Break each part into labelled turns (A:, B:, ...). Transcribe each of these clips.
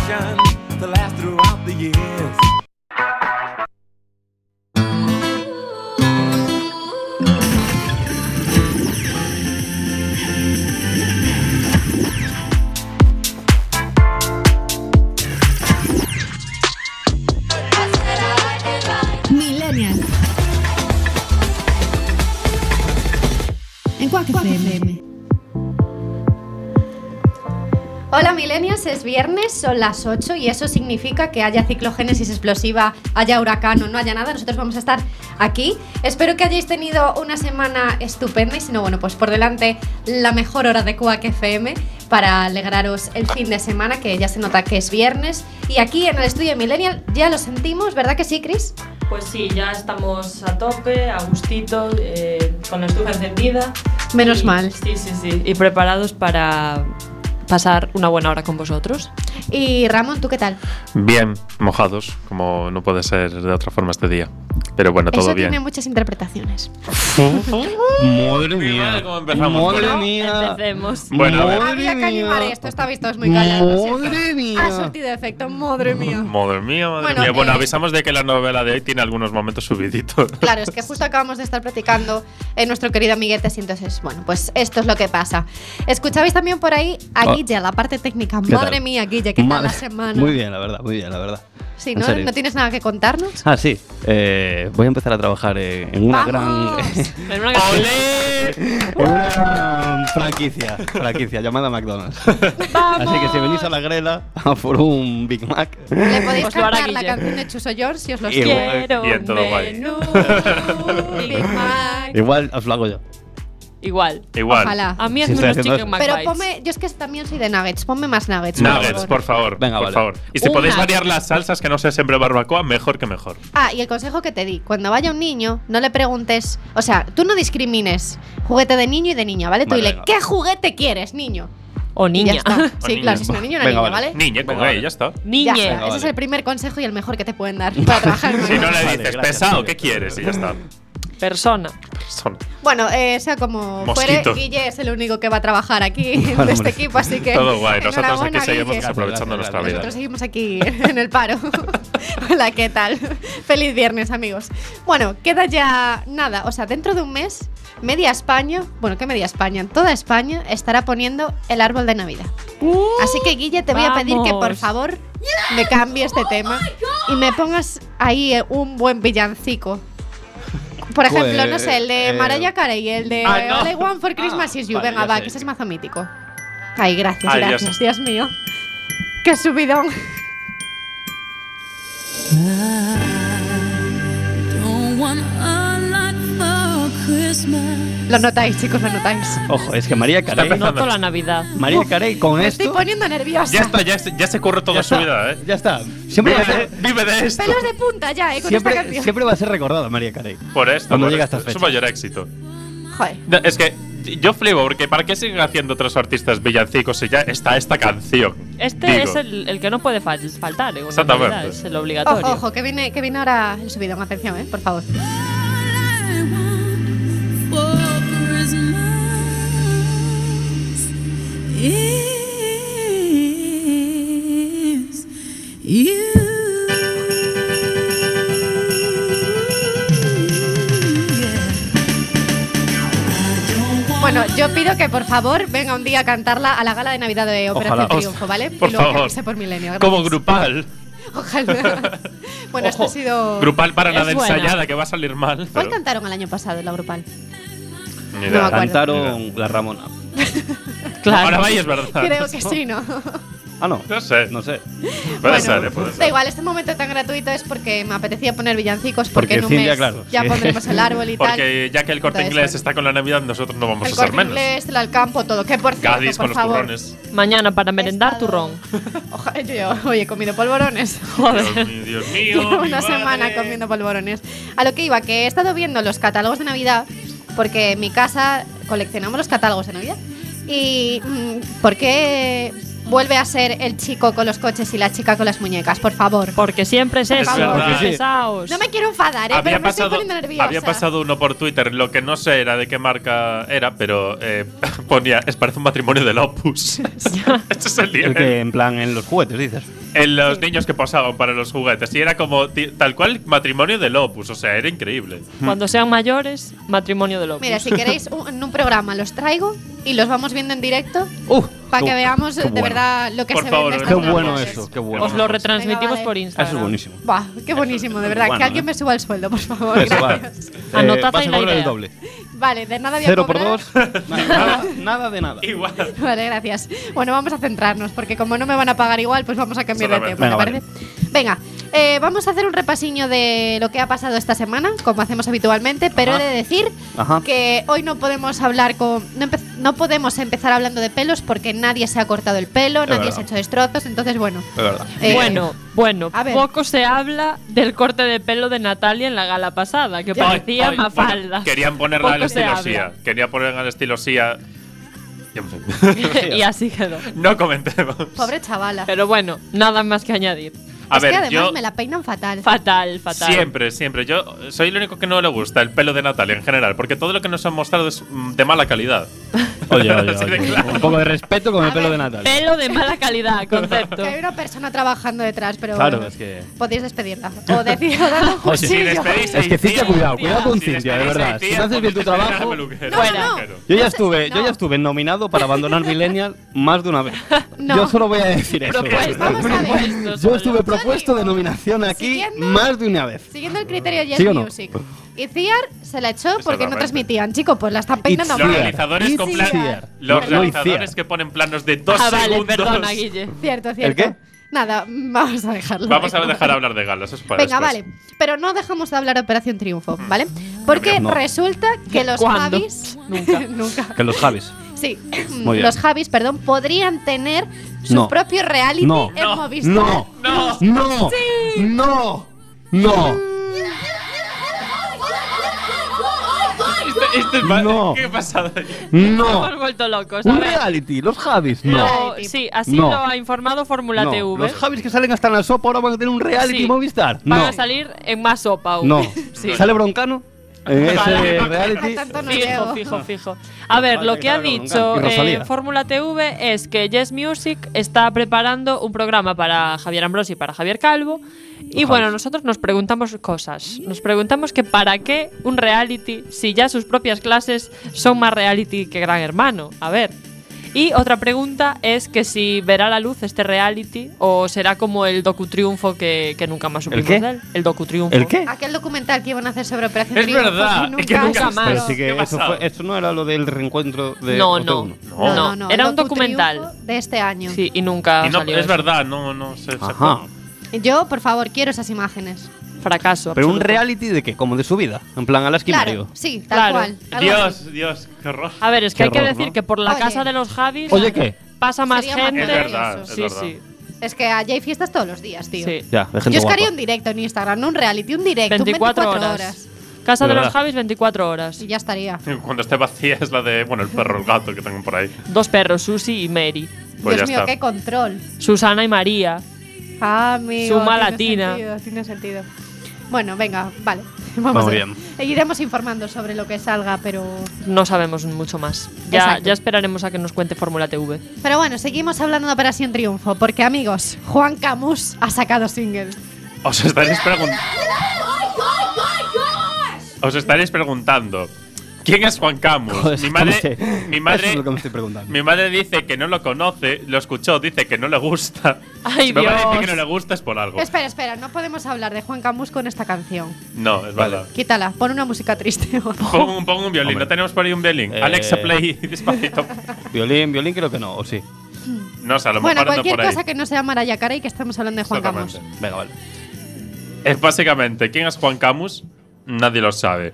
A: tradition to last throughout the years.
B: Millennial. En Quack FM.
C: Hola milenias, es viernes, son las 8 y eso significa que haya ciclogénesis explosiva, haya huracán o no haya nada, nosotros vamos a estar aquí. Espero que hayáis tenido una semana estupenda y si no, bueno, pues por delante la mejor hora de Cuac FM para alegraros el fin de semana, que ya se nota que es viernes. Y aquí en el estudio de Millennial ya lo sentimos, ¿verdad que sí, Chris?
D: Pues sí, ya estamos a tope, a gustito, eh, con la estufa encendida.
C: Menos
D: Y-
C: mal.
D: Sí, sí, sí. Y preparados para pasar una buena hora con vosotros.
C: Y Ramón, ¿tú qué tal?
E: Bien, mojados, como no puede ser de otra forma este día. Pero bueno, todo
C: eso
E: bien.
C: tiene muchas interpretaciones.
F: Madre mía.
E: madre, cómo empezamos.
F: Madre
E: Bueno,
F: mía.
D: Empecemos.
E: Bueno, a ver.
F: Madre
C: Había que animar
F: mía.
C: esto, estabais todos muy callados. ¿eh?
F: Madre
C: Ha
F: mía.
C: surtido efecto, madre mía.
E: Madre mía, madre
C: Bueno,
E: mía. Bueno,
C: eh,
E: avisamos de que la novela de hoy tiene algunos momentos subiditos.
C: Claro, es que justo acabamos de estar platicando en nuestro querido amiguete, y entonces, bueno, pues esto es lo que pasa. Escuchabais también por ahí a
F: Ah.
C: Guille, la parte técnica.
F: ¿Qué tal?
C: Madre mía, Guille, ¿qué tal la
F: Madre-
C: semana?
F: Muy bien, la verdad, muy bien, la verdad.
C: Sí,
F: En
C: ¿no?
F: serio.
C: ¿No tienes nada que contarnos?
F: Ah, sí. Eh, voy a empezar a trabajar eh, en una
C: ¡Vamos!
F: gran.
D: En una canción.
F: en una gran franquicia. Franquicia llamada McDonald's. Así que si venís a la grela a por un Big Mac.
C: Le podéis
D: Pues lo hará
C: cantar la
D: Guille.
C: canción de Chuso George si os lo
F: Y-
C: quiero.
D: Quiero
E: Bien, todo
D: un
E: guay.
D: menú, Big Mac.
F: Igual os lo hago yo.
D: Igual.
E: Igual.
C: Ojalá.
D: A mí
F: Sí,
D: hazme
F: estoy
D: unos
F: haciendo-
D: chicken
C: Pero
D: McBites.
C: ponme, yo es que también soy de nuggets, ponme más nuggets.
E: Nuggets, por favor.
F: Venga,
E: por
F: vale.
E: favor. Y si
C: Una.
E: podéis variar las salsas, que no sea siempre barbacoa, mejor que mejor.
C: Ah, y el consejo que te di, cuando vaya un niño, no le preguntes, o sea, tú no discrimines juguete de niño y de niña, ¿vale? Tú
F: Vale,
C: dile,
F: venga.
C: ¿qué juguete quieres, niño?
D: O
C: Y
D: niña.
C: ya está. Sí,
E: niña.
C: claro, si es una niña, una
F: Venga,
C: niña,
F: vale.
C: ¿vale?
E: Niña, con
F: Venga,
E: ahí,
F: vale.
E: ya está.
C: Ya está,
D: Niña.
F: Venga,
C: Ese es
F: vale.
C: el primer consejo y el mejor que te pueden dar para trabajar. en una
E: Si no le
C: empresa.
E: dices
F: Vale, gracias,
E: pesado,
F: tío.
E: ¿qué quieres? Y ya está.
D: Persona.
E: Persona.
C: Bueno, eh, sea como
E: Mosquito.
C: fuere, Guille es el único que va a trabajar aquí de
F: Vale,
C: este
F: hombre.
C: equipo, así que.
E: Todo guay. Nosotros
C: enhorabuena,
E: aquí seguimos
C: Guille.
E: aprovechando
F: Gracias,
E: nuestra
F: gracias.
E: vida.
C: Nosotros seguimos aquí en el paro. Hola, ¿qué tal? Feliz viernes, amigos. Bueno, queda ya nada. O sea, dentro de un mes, media España, bueno, ¿qué media España? Toda España estará poniendo el árbol de Navidad. Así que, Guille, te voy a pedir que por
D: Vamos.
C: favor me cambies de tema y me pongas ahí eh, un buen villancico. Por ejemplo,
F: Pues,
C: no sé, el de
F: eh,
C: Mariah Carey, el de
E: Ah, no.
C: All I Want for Christmas is You.
F: vale,
C: Venga,
F: ya
C: va,
F: sé.
C: que ese es mazo mítico. Ay, gracias,
E: Ay, Dios.
C: gracias, Dios mío. ¡Qué subidón!
G: Don't want a lot for Christmas.
C: Lo notáis, chicos, lo notáis.
F: Ojo, es que María Carey.
E: empezando.
D: Noto la Navidad.
F: María Carey con
C: Me
F: esto.
C: estoy poniendo nerviosa.
E: Ya está, ya, ya se curró toda
F: ya
E: su
F: está,
E: vida, ¿eh?
F: Ya está. Siempre va a
E: Vive de,
F: ser,
E: vive de esto.
C: Pelos de punta ya, eh, con esta
F: siempre,
C: canción.
F: siempre va a ser recordada María Carey.
E: Por esto,
F: Cuando
E: por
F: llega
E: esto.
F: esta
E: Su
F: fecha.
E: mayor éxito.
C: Joder.
E: No, es que yo flipo, porque ¿para qué siguen haciendo otros artistas villancicos si ya está esta canción?
D: Este
E: Digo.
D: es el, el que no puede fal- faltar. en una
E: Exactamente.
D: Navidad, Es el
C: Ojo,
D: obligatorio.
C: ojo, que viene, que viene ahora el subidón. Atención, eh, por favor.
G: I want for Christmas is you.
C: Bueno, yo pido que por favor venga un día a cantarla a la gala de Navidad de Operación
F: Ojalá.
C: Triunfo, ¿vale?
E: Por
C: y luego que
E: favor.
C: avise por Milenio. gracias.
E: Como grupal.
C: Ojalá. bueno, esto ha
F: Ojo,
C: sido.
E: Grupal para
D: Es
E: nada
D: buena.
E: ensayada, que va a salir mal.
C: Oh, ¿Cuál
E: pero-
C: cantaron el año pasado en la grupal? no
E: Ni idea.
C: me acuerdo.
F: Cantaron la Ramona.
D: Claro.
E: Ahora va y es verdad.
C: Creo que sí, ¿no?
F: Ah, no.
E: No sé.
F: No sé.
E: Puede
C: Bueno,
E: ser, eh, puede
C: Da
E: ser.
C: igual, este momento tan gratuito es porque me apetecía poner villancicos porque,
F: Porque
C: en un
F: Cintia,
C: mes
F: claro,
C: ya
F: sí.
C: pondremos el árbol y tal.
E: Porque ya que el corte
C: Entonces,
E: inglés
C: bueno.
E: está con la Navidad, nosotros no vamos
C: el
E: a ser
C: corte
E: menos.
C: inglés, el Alcampo, todo. Que por cierto,
E: Cádiz
C: por
E: con los
C: favor.
E: turrones.
D: Mañana para merendar
C: estado-
D: turrón.
C: Ojalá yo, yo hoy he comido polvorones.
E: Dios mío, Dios mío,
C: Llevo
E: mi
C: una
E: madre.
C: semana comiendo polvorones. A lo que iba, que he estado viendo los catálogos de Navidad, porque en mi casa coleccionamos los catálogos de Navidad. ¿Y mm, por qué vuelve a ser el chico con los coches y la chica con las muñecas, por favor.
H: Porque siempre es eso.
E: verdad. Porque sí.
H: pesaos.
C: No me quiero enfadar, ¿eh?
E: Había
C: pero me
E: pasado,
C: estoy poniendo nerviosa.
E: había pasado uno por Twitter, lo que no sé era de qué marca era, pero eh, ponía, es parece un matrimonio del Opus. Este es el
F: El
E: nivel.
F: que en plan en los juguetes, dices.
E: En los niños que posaban para los juguetes. Y era como ti- tal cual matrimonio del Opus, o sea, era increíble.
H: Cuando sean mayores, matrimonio de locos.
C: Mira, si queréis un, en un programa los traigo y los vamos viendo en directo
F: Uh,
C: para
F: qué-
C: que veamos
F: qué
C: de
F: bueno.
C: verdad pues, lo que
E: Por
C: se
E: favor,
C: vende.
F: Qué
E: Estas
F: bueno
E: cosas.
F: eso, qué bueno.
H: Os lo
F: Eso
H: retransmitimos
C: Venga, vale.
H: por Instagram.
F: es buenísimo.
C: Buah, qué buenísimo, de
F: es
C: verdad.
F: bueno,
C: que alguien
F: ¿eh?
C: me suba el sueldo, por favor.
F: Eso va.
C: Pues, gracias.
H: Anotad
F: vas
H: ahí
F: a
H: la
F: cobrar el
H: idea.
F: doble.
C: Vale, de nada voy a
F: Cero por
C: cobrar.
F: dos. nada, nada de nada.
E: Igual.
C: Vale, gracias. Bueno, vamos a centrarnos, porque como no me van a pagar igual, pues vamos a cambiar de tema,
E: Solamente.
C: ¿te
F: Venga,
C: parece? Venga, eh, vamos a hacer un repasiño de lo que ha pasado esta semana, como hacemos habitualmente, pero
F: Ajá.
C: he de decir
F: Ajá.
C: que hoy no podemos hablar con. No, empe- no podemos empezar hablando de pelos porque nadie se ha cortado el pelo, nadie
E: verdad.
C: se ha hecho destrozos, entonces bueno.
F: Es verdad.
C: eh,
H: bueno, bueno,
C: a ver.
H: poco se habla del corte de pelo de Natalia en la gala pasada, que parecía
E: Ay, ay,
H: mafalda.
E: bueno, querían ponerla al
H: Poco se
E: estilo
H: habla.
E: SIA. Quería ponerla al estilo SIA. Y, en fin,
H: y así quedó.
E: no comentemos.
C: Pobre chavala.
F: Eh,
H: Pero bueno, nada más que añadir.
E: A
C: es
E: ver,
C: que además
E: yo
C: me la peinan fatal.
H: Fatal, fatal.
E: siempre, siempre. Yo soy el único que no le gusta el pelo de Natalia en general, porque todo lo que nos han mostrado es mm, de mala calidad.
F: Oye, oye,
E: Así de
F: oye.
E: claro.
F: Un poco de respeto con
C: A
F: el pelo
C: ver,
F: de Natalia.
H: Pelo de mala calidad, concepto.
C: que hay una persona trabajando detrás, pero
F: Claro,
C: bueno,
F: es que-
C: podéis despedirla. O decir, o darle un
F: Oye, si
E: Si
C: cuchillo.
E: despedís a
F: Es que Cintia,
E: Icía-
F: cuidado, cuidado con
E: si
F: Cintia, de
E: despedís a
F: verdad. Si
E: Icía,
F: no haces bien tu
E: podéis despedir
F: trabajo-
E: al peluquero.
C: No,
H: Fuera.
C: no,
E: Peluquero.
C: no.
F: Yo ya
C: No sé-
F: estuve, yo
C: no.
F: ya estuve nominado para abandonar Millennial más de una vez.
C: No.
F: Yo solo voy a decir eso.
H: Propuestas,
C: Vamos a ver.
H: propuestos,
F: Yo
H: solo.
F: estuve propuesto
C: digo,
F: de nominación aquí
C: siguiendo-
F: más de una vez.
C: Siguiendo el criterio Yes
F: ¿Sí o no?
C: Music. Y Ciar se la echó porque no
E: Exactamente.
C: transmitían, chico, pues la están peinando
E: Los
F: It's
C: mal.
F: Ciar.
E: realizadores con plan-
F: Iciar.
E: Los
F: No, no
E: realizadores
F: Iciar.
E: que ponen planos de dos
H: Ah, vale,
E: segundos.
H: perdona, Guille.
C: Cierto, cierto.
F: qué?
C: Nada, vamos a dejarlo.
E: Vamos a
C: ahí.
E: dejar hablar de galas, eso es para
C: Venga,
E: después.
C: vale. Pero no dejamos de hablar de Operación Triunfo,
E: Mm.
C: ¿vale? Porque
F: No.
C: resulta que los
H: ¿Cuándo?
C: Javis. Nunca. nunca.
F: Que los Javis.
C: Sí.
F: Muy bien.
C: Los Javis, perdón, podrían tener su
F: No.
C: propio reality
F: No.
C: en
E: No.
C: Movistar.
F: No,
E: No.
F: no, no, no.
E: Este- este es ma-
F: No.
E: ¿Qué pasada?
H: Hemos
F: No.
H: vuelto locos. A
F: Un
H: ver.
F: reality, los Javis, no.
H: Lo- sí, así
F: No.
H: lo ha informado Fórmula
F: No,
H: TV.
F: Los Javis que salen hasta en la sopa ahora van a tener un reality
H: Sí.
F: Movistar.
H: Van
F: No.
H: a salir en más sopa aún.
F: No.
H: Sí.
F: ¿Sale Broncano? En ese
C: A
F: reality.
C: tanto no
H: Fijo,
C: llego.
H: fijo, fijo. A ver,
F: Vale,
H: lo
F: que
H: que ha
F: salga
H: dicho
F: Duncan. Y
H: eh,
F: Rosalía.
H: Fórmula TV es que Yes Music está preparando un programa para Javier Ambrosi y para Javier Calvo. Y
F: Ajá.
H: bueno, nosotros nos preguntamos cosas. Nos preguntamos que para qué un reality si ya sus propias clases son más reality que Gran Hermano. A ver. Y otra pregunta es que si verá la luz este reality o será como el docutriunfo que, que nunca más supimos
F: qué?
H: de él. El docutriunfo.
F: ¿El qué?
C: Aquel documental que iban a hacer sobre Operación
E: Es
C: Triunfo.
E: verdad,
C: que
E: y que nunca
C: se hizo.
H: más.
F: Pero
E: ¿Qué
F: sí que eso,
E: pasado?
F: fue- eso no era lo del reencuentro de.
H: No,
F: OT1.
H: no.
E: No.
H: No, era un documental.
C: Triunfo De este año.
H: Sí, y nunca
E: Y no,
H: Ah, salió
E: es
H: eso.
E: verdad, no, no se
F: Ajá.
C: Yo, por favor, quiero esas imágenes.
H: Fracaso.
F: Pero un
H: absoluto.
F: reality de qué? Como de su vida. En plan, al esquimario.
C: Claro, sí, tal
H: Claro.
C: cual.
E: sacó.
C: algo así.
E: Dios, Dios, qué horror.
H: A ver, es que
F: Qué
H: hay que
F: horror,
H: decir
F: ¿no?
H: que por la
C: Oye.
H: casa de los Javis
F: Oye, ¿qué?
H: pasa más
C: Sería
H: gente.
E: Es verdad,
C: Eso,
E: es
H: sí,
E: verdad.
H: sí.
C: Es que allí hay fiestas todos los días, tío.
H: sí.
F: Ya, de gente
C: Yo os que haría
F: guapa.
C: un directo en Instagram, no un reality, un directo,
H: 24,
C: un 24
H: horas.
C: horas.
H: Casa
F: De
H: de, los
F: verdad.
H: Javis, 24 horas.
C: Y ya estaría.
E: Cuando esté vacía es la de, bueno, el perro, el gato que tengo por ahí.
H: Dos perros, Susi y Mary.
E: Pues
C: Dios
E: ya
C: mío,
E: está.
C: qué control.
H: Susana y María.
C: Amigo,
H: Suma
C: tiene
H: latina.
C: Sentido, tiene sentido. Bueno, venga, vale. Vamos
F: Muy
C: a-
F: bien.
C: Iremos informando sobre lo que salga, pero.
H: No sabemos mucho más. Ya,
C: Exacto.
H: ya esperaremos a que nos cuente Fórmula TV.
C: Pero bueno, seguimos hablando de Operación Triunfo, porque amigos, Juan Camus ha sacado single.
E: Os estaréis preguntando. Os estaréis preguntando. ¿Quién es Juan Camus?
F: Joder,
E: Mi
F: no
E: madre,
F: sé.
E: mi
F: Eso es
E: madre,
F: lo que me estoy preguntando.
E: mi madre dice que no lo conoce, lo escuchó, dice que no le gusta.
H: Ay,
E: si mi madre dice
H: Dios.
E: que no le gusta es por algo.
C: Espera, espera, no podemos hablar de Juan Camus con esta canción.
E: No, es
F: Vale.
E: verdad.
C: Quítala, pon una música triste. por favor.
E: Pon, un- pon un violín,
F: Hombre.
E: no tenemos por ahí un violín.
F: Eh.
E: Alexa, play despacito.
F: Violín, violín creo que no, o sí.
E: No sé, a lo
C: Bueno,
E: mejor anda
C: cualquier
E: por ahí.
C: cosa que no sea Mariah Carey, que estamos hablando de Juan Camus.
E: Exactamente.
F: Venga, vale.
E: Eh, básicamente, ¿quién es Juan Camus? Nadie lo sabe.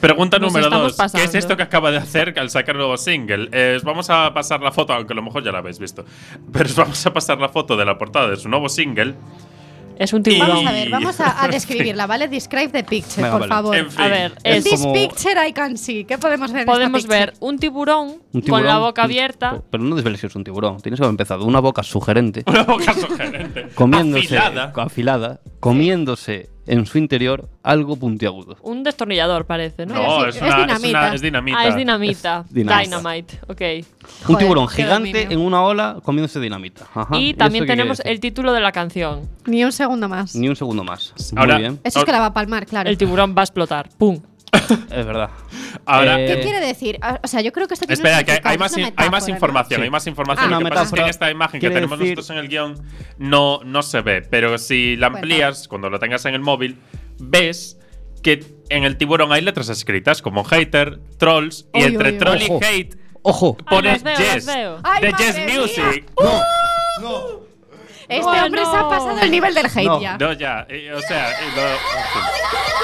E: Pregunta
H: Nos
E: número
H: estamos
E: dos. ¿Qué es
H: pasando.
E: esto que acaba de hacer al sacar un nuevo single? Eh, os vamos a pasar la foto, aunque a lo mejor ya la habéis visto. Pero os vamos a pasar la foto de la portada de su nuevo single.
H: Es un
C: Vamos a
H: tiburón.
C: ver, vamos a, a describirla, ¿vale? Describe the picture,
F: Venga,
C: por
F: vale.
C: favor.
E: En fin.
H: Pues, A ver,
E: Es
H: es,
C: This
F: como-
C: picture I can see. ¿Qué podemos ver? en esta
H: podemos
C: picture?
H: ver un tiburón,
F: Un tiburón,
H: con la boca
F: un-
H: abierta.
F: Pero no desveles si es un tiburón. Tienes que haber empezado una boca sugerente,
E: Una boca sugerente.
F: comiéndose,
E: Afilada.
F: co- afilada, comiéndose en su interior algo puntiagudo.
H: Un destornillador parece, ¿no?
E: No,
C: Sí,
E: es,
C: es
E: una, es,
C: dinamita.
E: una- es dinamita.
H: Ah, es dinamita.
F: Es dinamita.
H: Dynamite, ok.
F: un
C: Joder,
F: tiburón
C: qué
F: gigante
C: dominio.
F: en una ola comiéndose dinamita. Ajá.
H: y
F: eso
H: también
F: qué quiere
H: tenemos
F: decir?
H: el título de la canción.
C: Ni un segundo más.
F: Ni un segundo más.
E: Ahora-
F: Muy bien.
C: Eso es que la va a palmar, claro.
H: El tiburón va a explotar. ¡Pum!
E: eh,
F: Es verdad.
E: Ahora,
F: Eh,
C: ¿Qué quiere decir? Ah, O sea, yo creo que esto tiene un
E: Espera, que hay,
C: significado,
E: hay más,
C: es una
E: in- hay más
C: metáfora, ¿no?
E: información,
F: Sí.
E: hay más información.
C: Ah,
E: Lo que
F: una
E: pasa es que en
F: metáfora
E: esta imagen que
F: quiere
E: tenemos
F: decir-
E: nosotros en el guión no, no se ve, pero si la
C: Bueno.
E: amplías, cuando lo tengas en el móvil, ves que en el tiburón hay letras escritas como hater, trolls, y
C: Oy,
E: entre
C: oy, oy.
E: troll
F: Ojo.
E: y hate
F: Ojo.
E: pones
H: las veo, las
E: yes.
H: veo.
C: Ay,
E: De
C: madre
E: yes
C: mía.
E: music.
C: Este
H: Bueno.
C: hombre se ha pasado el nivel del hate
F: No.
C: ya.
E: No, ya, eh, o sea. eh, no,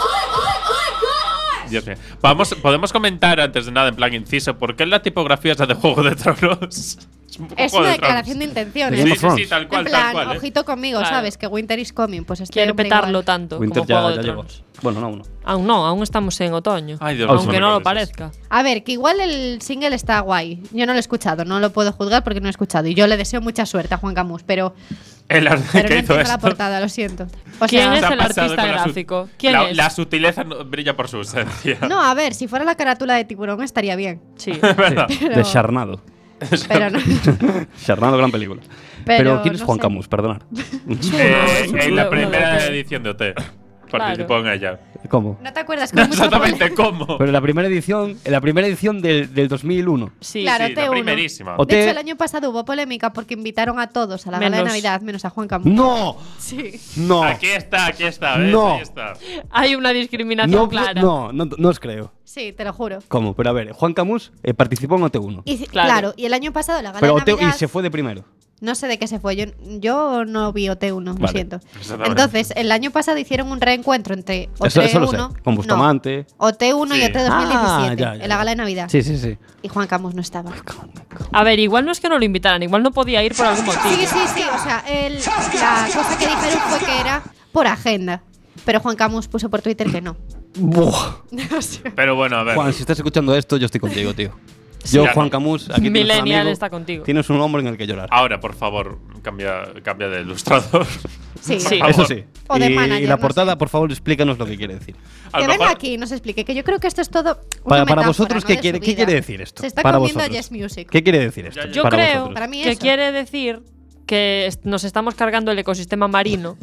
E: en fin. Dios mío. Vamos, podemos comentar antes de nada, en plan inciso, ¿por qué la tipografía es la de Juego de Tronos? un
C: Es
E: Juego
C: una
E: de Tronos.
C: declaración de intenciones.
E: Sí,
F: Sí, Game of
E: sí, sí,
F: Thrones.
E: tal cual,
C: en plan,
E: tal cual. ¿eh?
C: ojito conmigo,
H: Claro.
C: ¿sabes? Que Winter is coming. Pues este
H: Quiere
C: hombre
H: petarlo
C: igual.
H: tanto
F: Winter
H: como Juego
F: ya,
H: de
F: ya llegó.
H: Tronos.
F: Bueno, no, uno.
H: Aún no, aún estamos en otoño.
E: Ay, Dios, no
H: aunque
E: me
H: no lo
E: conoces.
H: parezca.
C: A ver, que igual el single está guay. Yo no lo he escuchado, no lo puedo juzgar porque no he escuchado. Y yo le deseo mucha suerte a Juan Camus, pero,
E: El arte
C: pero no
E: que hizo
C: entiendo la
E: esto.
C: portada, lo siento. O
H: ¿Quién
C: sea,
H: es
E: Se ha
H: el
E: pasado
H: artista
E: con la su-
H: gráfico? ¿Quién
E: la,
H: es?
E: la sutileza no- brilla por su ausencia.
C: No, a ver, si fuera la carátula de tiburón estaría bien.
H: Sí.
E: ¿Verdad?
F: De Charnado.
C: Pero no.
F: Charnado, gran película.
C: Pero
F: Pero, ¿quién es
C: no
F: Juan
C: sé.
F: Camus? Perdonad.
E: Eh, en la
H: Lo- lo-
E: primera
H: lo-
E: edición de OT participó en ella.
F: ¿Cómo?
C: ¿No te acuerdas? Con mucho
E: Exactamente, ¿cómo?
F: Pues Pero en la primera edición, en la primera edición del, del 2001.
H: sí.
C: Claro.
E: sí, la
C: T1.
E: primerísima.
F: O-
C: De hecho,
F: Te-
C: el año pasado hubo polémica porque invitaron a todos a la gala de
H: Menos-
C: Navidad, menos a Juan Camus.
F: ¡No!
C: Sí.
F: ¡No!
E: Aquí está, aquí está, ¿ves?
F: No.
E: Ahí está.
H: Hay una discriminación
F: No,
H: clara.
F: no, no, no os creo.
C: Sí, te lo juro.
F: ¿Cómo? Pero a ver, Juan Camus eh, participó en OT1.
C: Y, claro.
H: Claro.
C: y el año pasado la gala
F: Pero
C: de
F: OT
C: Navidad,
F: y se fue de primero.
C: no sé de qué se fue, yo, yo no vi OT1, lo
F: Vale.
C: siento.
E: Exactamente.
C: Entonces, el año pasado hicieron un reencuentro entre OT1
F: Eso- eso lo sé, con
C: no,
F: Bustamante.
C: OT1 y
E: Sí.
C: OT 2017,
F: Ah, ya, ya,
C: en la
F: ya.
C: gala de Navidad.
F: Sí, sí, sí.
C: Y Juan Camus no estaba.
H: A ver, igual no es que no lo invitaran, igual no podía ir por algún motivo.
C: Sí, sí, sí, o sea, el- la cosa que dijeron fue que era por agenda. Pero Juan Camus puso por Twitter que no.
F: Buah.
C: O sea,
E: Pero bueno, a ver.
F: Juan, si estás escuchando esto, yo estoy contigo, tío. Yo,
E: claro.
F: Juan Camus, aquí tienes un
H: Millennial
F: amigo,
H: está contigo.
F: Tienes un hombre en el que llorar.
E: Ahora, por favor, cambia, cambia de ilustrador.
C: sí.
H: Sí.
E: Por favor.
F: Eso sí.
C: O de
F: y,
C: manager,
F: y la
C: no
F: portada,
C: sé.
F: por favor, explícanos lo que quiere decir.
E: A
C: Que
E: lo
C: venga
E: mejor-
C: aquí y nos explique, que yo creo que esto es todo. una
F: Para, para
C: metáfora,
F: vosotros,
C: ¿no?
F: ¿qué,
C: de
F: quiere,
C: su
F: qué
C: vida.
F: quiere decir esto?
C: Se está
F: para
C: comiendo a
F: vosotros.
C: Jazz Music.
F: ¿Qué quiere decir esto?
E: Ya, ya.
H: Yo
F: para
H: creo
F: vosotros?
C: Para mí
H: que
C: eso.
H: quiere decir que est- nos estamos cargando el ecosistema marino.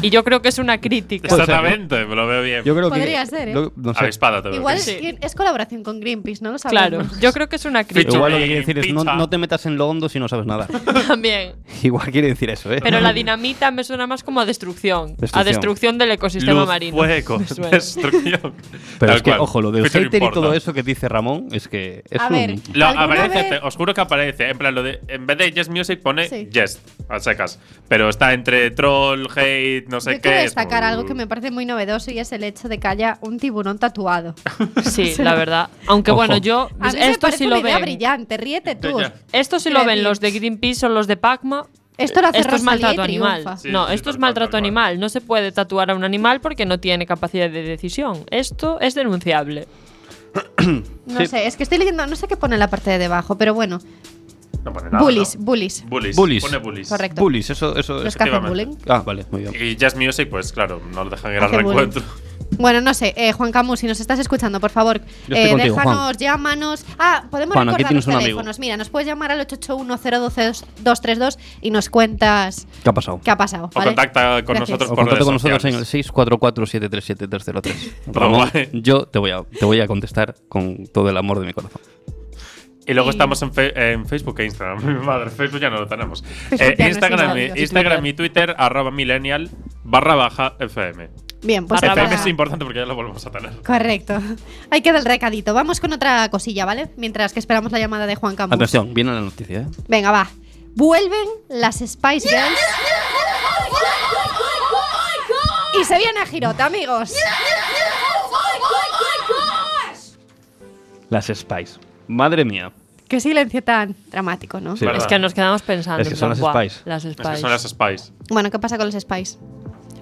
H: Y yo creo que es una crítica.
F: Puede ser, ¿no?
E: Exactamente, me lo veo bien.
F: Yo creo que-
C: Podría ser, ¿eh?
F: lo- no sé.
E: Avispada también.
C: Igual
H: Sí.
C: es, es colaboración con Greenpeace, ¿no? Lo
H: Claro,
C: sabemos.
H: yo creo que es una crítica
F: Igual lo
E: Eh,
F: que quiere decir es no,
E: pizza.
F: no te metas en lo hondo si no sabes nada.
H: también.
F: Igual quiere decir eso, ¿eh?
H: Pero la dinamita me suena más como a destrucción. A
F: Destrucción.
H: destrucción del ecosistema
E: Luz,
H: marino.
E: Fuego,
H: Me suena.
E: destrucción.
F: Pero
E: Tal
F: es que,
E: cual.
F: ojo, lo del
E: Feature
F: hater y todo
E: important.
F: eso que dice Ramón es que es
C: A
F: un...
C: ver.
E: Lo-
C: ¿Alguna
E: aparece,
C: vez?
E: te- os juro que aparece. En plan, lo de, en vez de Yes Music pone
C: Sí.
E: Yes, a secas. Pero está entre troll, hate, no sé
C: Yo
E: qué.
C: quiero
E: es
C: destacar
E: como-
C: algo que me parece muy novedoso y es el hecho de que haya un tiburón tatuado.
H: Sí, la verdad. Aunque
F: Ojo.
H: bueno,
C: A
H: yo.
C: mí me
H: Ah, pues esto
C: parece
H: sí
C: una
H: lo
C: idea
H: ven.
C: brillante, ríete tú.
E: Ya, ya.
H: Esto sí
C: Quiero
H: lo ven
C: decir,
H: los de Greenpeace o los de Pacma.
C: Esto lo hace
H: Esto
C: Rosalía
H: es
C: y
H: maltrato animal.
C: triunfa.
E: Sí,
H: no,
E: sí,
H: esto
E: tal
H: es
E: cual,
H: maltrato
E: tal cual.
H: animal. No se puede tatuar a un animal porque no tiene capacidad de decisión. Esto es denunciable.
C: No
F: Sí.
C: sé, es que estoy leyendo, no sé qué pone en la parte de debajo, pero bueno.
E: No pone nada,
C: bullies,
E: ¿no?
C: bullies.
E: Bullies.
F: Bullies.
E: Pone bullies.
C: Correcto.
F: Bullies, eso, eso
C: Los
F: es...
C: que hacen
E: efectivamente.
C: bullying.
F: Ah, vale, muy bien.
E: Y Jazz Music, pues claro, no lo dejan ir al
C: Hace bullying.
E: reencuentro.
C: Bueno, no sé, eh, Juan Camus, si nos estás escuchando, por favor,
F: Yo estoy
C: eh,
F: contigo,
C: déjanos, llámanos. Ah, podemos
F: Juan, aquí
C: recordar los
F: tienes un amigo.
C: teléfonos. Mira, nos puedes llamar al 881-012-232 y nos cuentas
F: ¿Qué ha pasado?
C: qué ha pasado.
E: O
C: ¿vale?
E: contacta con
C: Gracias.
E: nosotros
F: O
E: por
F: contacto
E: redes
F: con nosotros en el
E: sociales.
F: 644-737-303.
E: Todo
F: Ramón,
E: guay.
F: yo te voy, a, te voy a contestar con todo el amor de mi corazón.
E: Y luego estamos en, fe- en Facebook e Instagram. Madre, Facebook ya no lo tenemos.
C: Facebook
E: Eh,
C: ya no
E: Instagram,
C: existe,
E: y- Instagram y Twitter, arroba millennial, barra baja FM.
C: Bien, pues
H: Barra
C: nada.
E: FM es importante porque ya lo volvemos a tener.
C: Correcto. Ahí queda el recadito. Vamos con otra cosilla, ¿vale? Mientras que esperamos la llamada de Juan Camus.
F: Atención, viene la noticia, ¿eh?
C: Venga, va. Vuelven las Spice Girls. Y se viene a Girota, amigos.
F: Las Spice. Madre mía.
C: Qué silencio tan dramático, ¿no?
F: Sí.
H: Es que nos quedamos pensando.
F: Es que
H: en
F: son
H: plan,
F: las
H: "Buah,
F: Spice".
H: las
E: Es que
H: Spice".
E: son las Spice.
C: Bueno, ¿qué pasa con los Spice?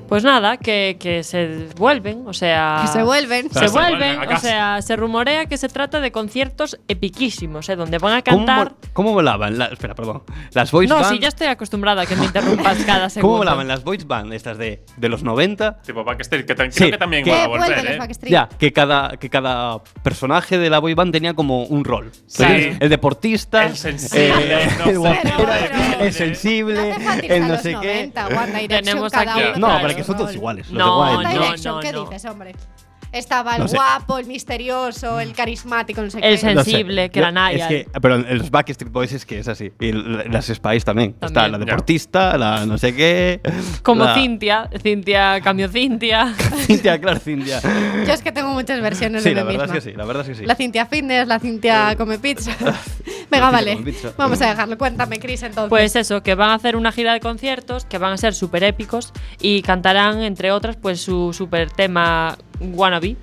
H: Pues nada, que, que se vuelven, o sea.
C: Que se vuelven.
E: Claro,
H: Se
E: se vuelven
H: vuelven,
E: a
H: o
E: casa.
H: sea, se rumorea que se trata de conciertos epiquísimos, ¿eh? donde van a
F: ¿Cómo,
H: cantar.
F: vol- cómo volaban? la- espera, perdón. Las voice
H: No,
F: band.
H: sí, ya estoy acostumbrada a que me interrumpas cada segundo.
F: ¿Cómo volaban las voice band estas de, de los 90?
E: Tipo Backstreet, que tan-
F: Sí,
E: creo que también
F: que-
E: va a
C: ¿Qué
E: volver,
C: vuelven
E: ¿eh?
C: los Backstreet?
F: Ya, que cada, que cada personaje de la boy band tenía como un rol.
E: Sí.
F: Entonces, El deportista, eh,
E: El sensible, no sé,
F: el guapero,
C: pero-
F: el
C: No
F: sensible,
C: hace falta irse
F: el
C: a
F: no
C: los
F: sé qué.
C: 90, One Direction,
H: Tenemos
C: cada
H: aquí-
C: uno
F: No,
C: trae
F: pero
C: su
F: que son todos
C: rol.
F: iguales. los
H: No,
F: de
C: One
F: Wild,
H: no,
C: Direction,
H: no,
C: ¿qué
H: no.
C: dices, hombre? Estaba el
F: No sé. Mm.
C: guapo, el misterioso, el carismático, no sé
H: El
C: qué.
H: sen-
F: Lo sé.
H: sensible, que
F: Yo-
H: era Niall.
F: Es que, pero en los Backstreet Boys es que es así. Y l- las Spice también. Está
H: También.
F: la deportista, la no sé qué.
H: Como
F: la-
H: Cintia, Cintia, cambio Cintia.
F: Cintia, claro, Cintia.
C: Yo es que tengo muchas versiones
F: Sí,
C: de
F: la
C: mí
F: verdad
C: misma.
F: es que sí, la verdad es que sí.
C: La Cintia Fitness, la Cintia Come Pizza. Venga, vale.
F: come pizza.
C: Vamos a dejarlo. Cuéntame, Cris, entonces.
H: Pues eso, que van a hacer una gira de conciertos que van a ser súper épicos y cantarán, entre otras, pues su super tema Wannabe.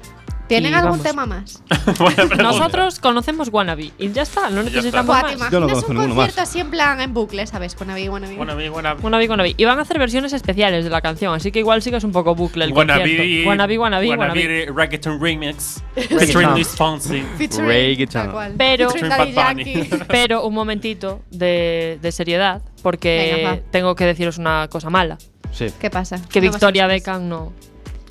C: ¿Tienen
H: y
C: algún
H: vamos.
C: tema más?
E: Buena pregunta.
H: Nosotros conocemos Wannabe y ya está, no
E: Y ya
H: necesitamos
C: Buah, ¿te
H: más.
C: imaginas
F: Yo no conozco
C: un
F: ninguno más.
C: concierto así en plan en bucle, sabes? Con Avi, Wannabe.
E: Buena vida, buena
H: Wannabe, Wannabe. Y van a hacer versiones especiales de la canción, así que igual sigues un poco bucle el concierto. Wannabe, Wannabe, Wannabe.
E: Wannabe Reggaeton Remix. Featuring Luis Fonsi.
C: Featuring,
F: Reggae
C: tal
F: Town.
C: cual.
H: Pero-
C: Featuring
E: Featuring Bad
C: Daddy
E: Bunny.
C: Yankee.
H: Pero un momentito de, de seriedad,
C: Venga,
H: porque
C: va.
H: tengo que deciros una cosa mala.
F: Sí.
C: ¿Qué pasa?
H: Que
C: No me
H: Victoria
C: asustes.
H: Beckham no,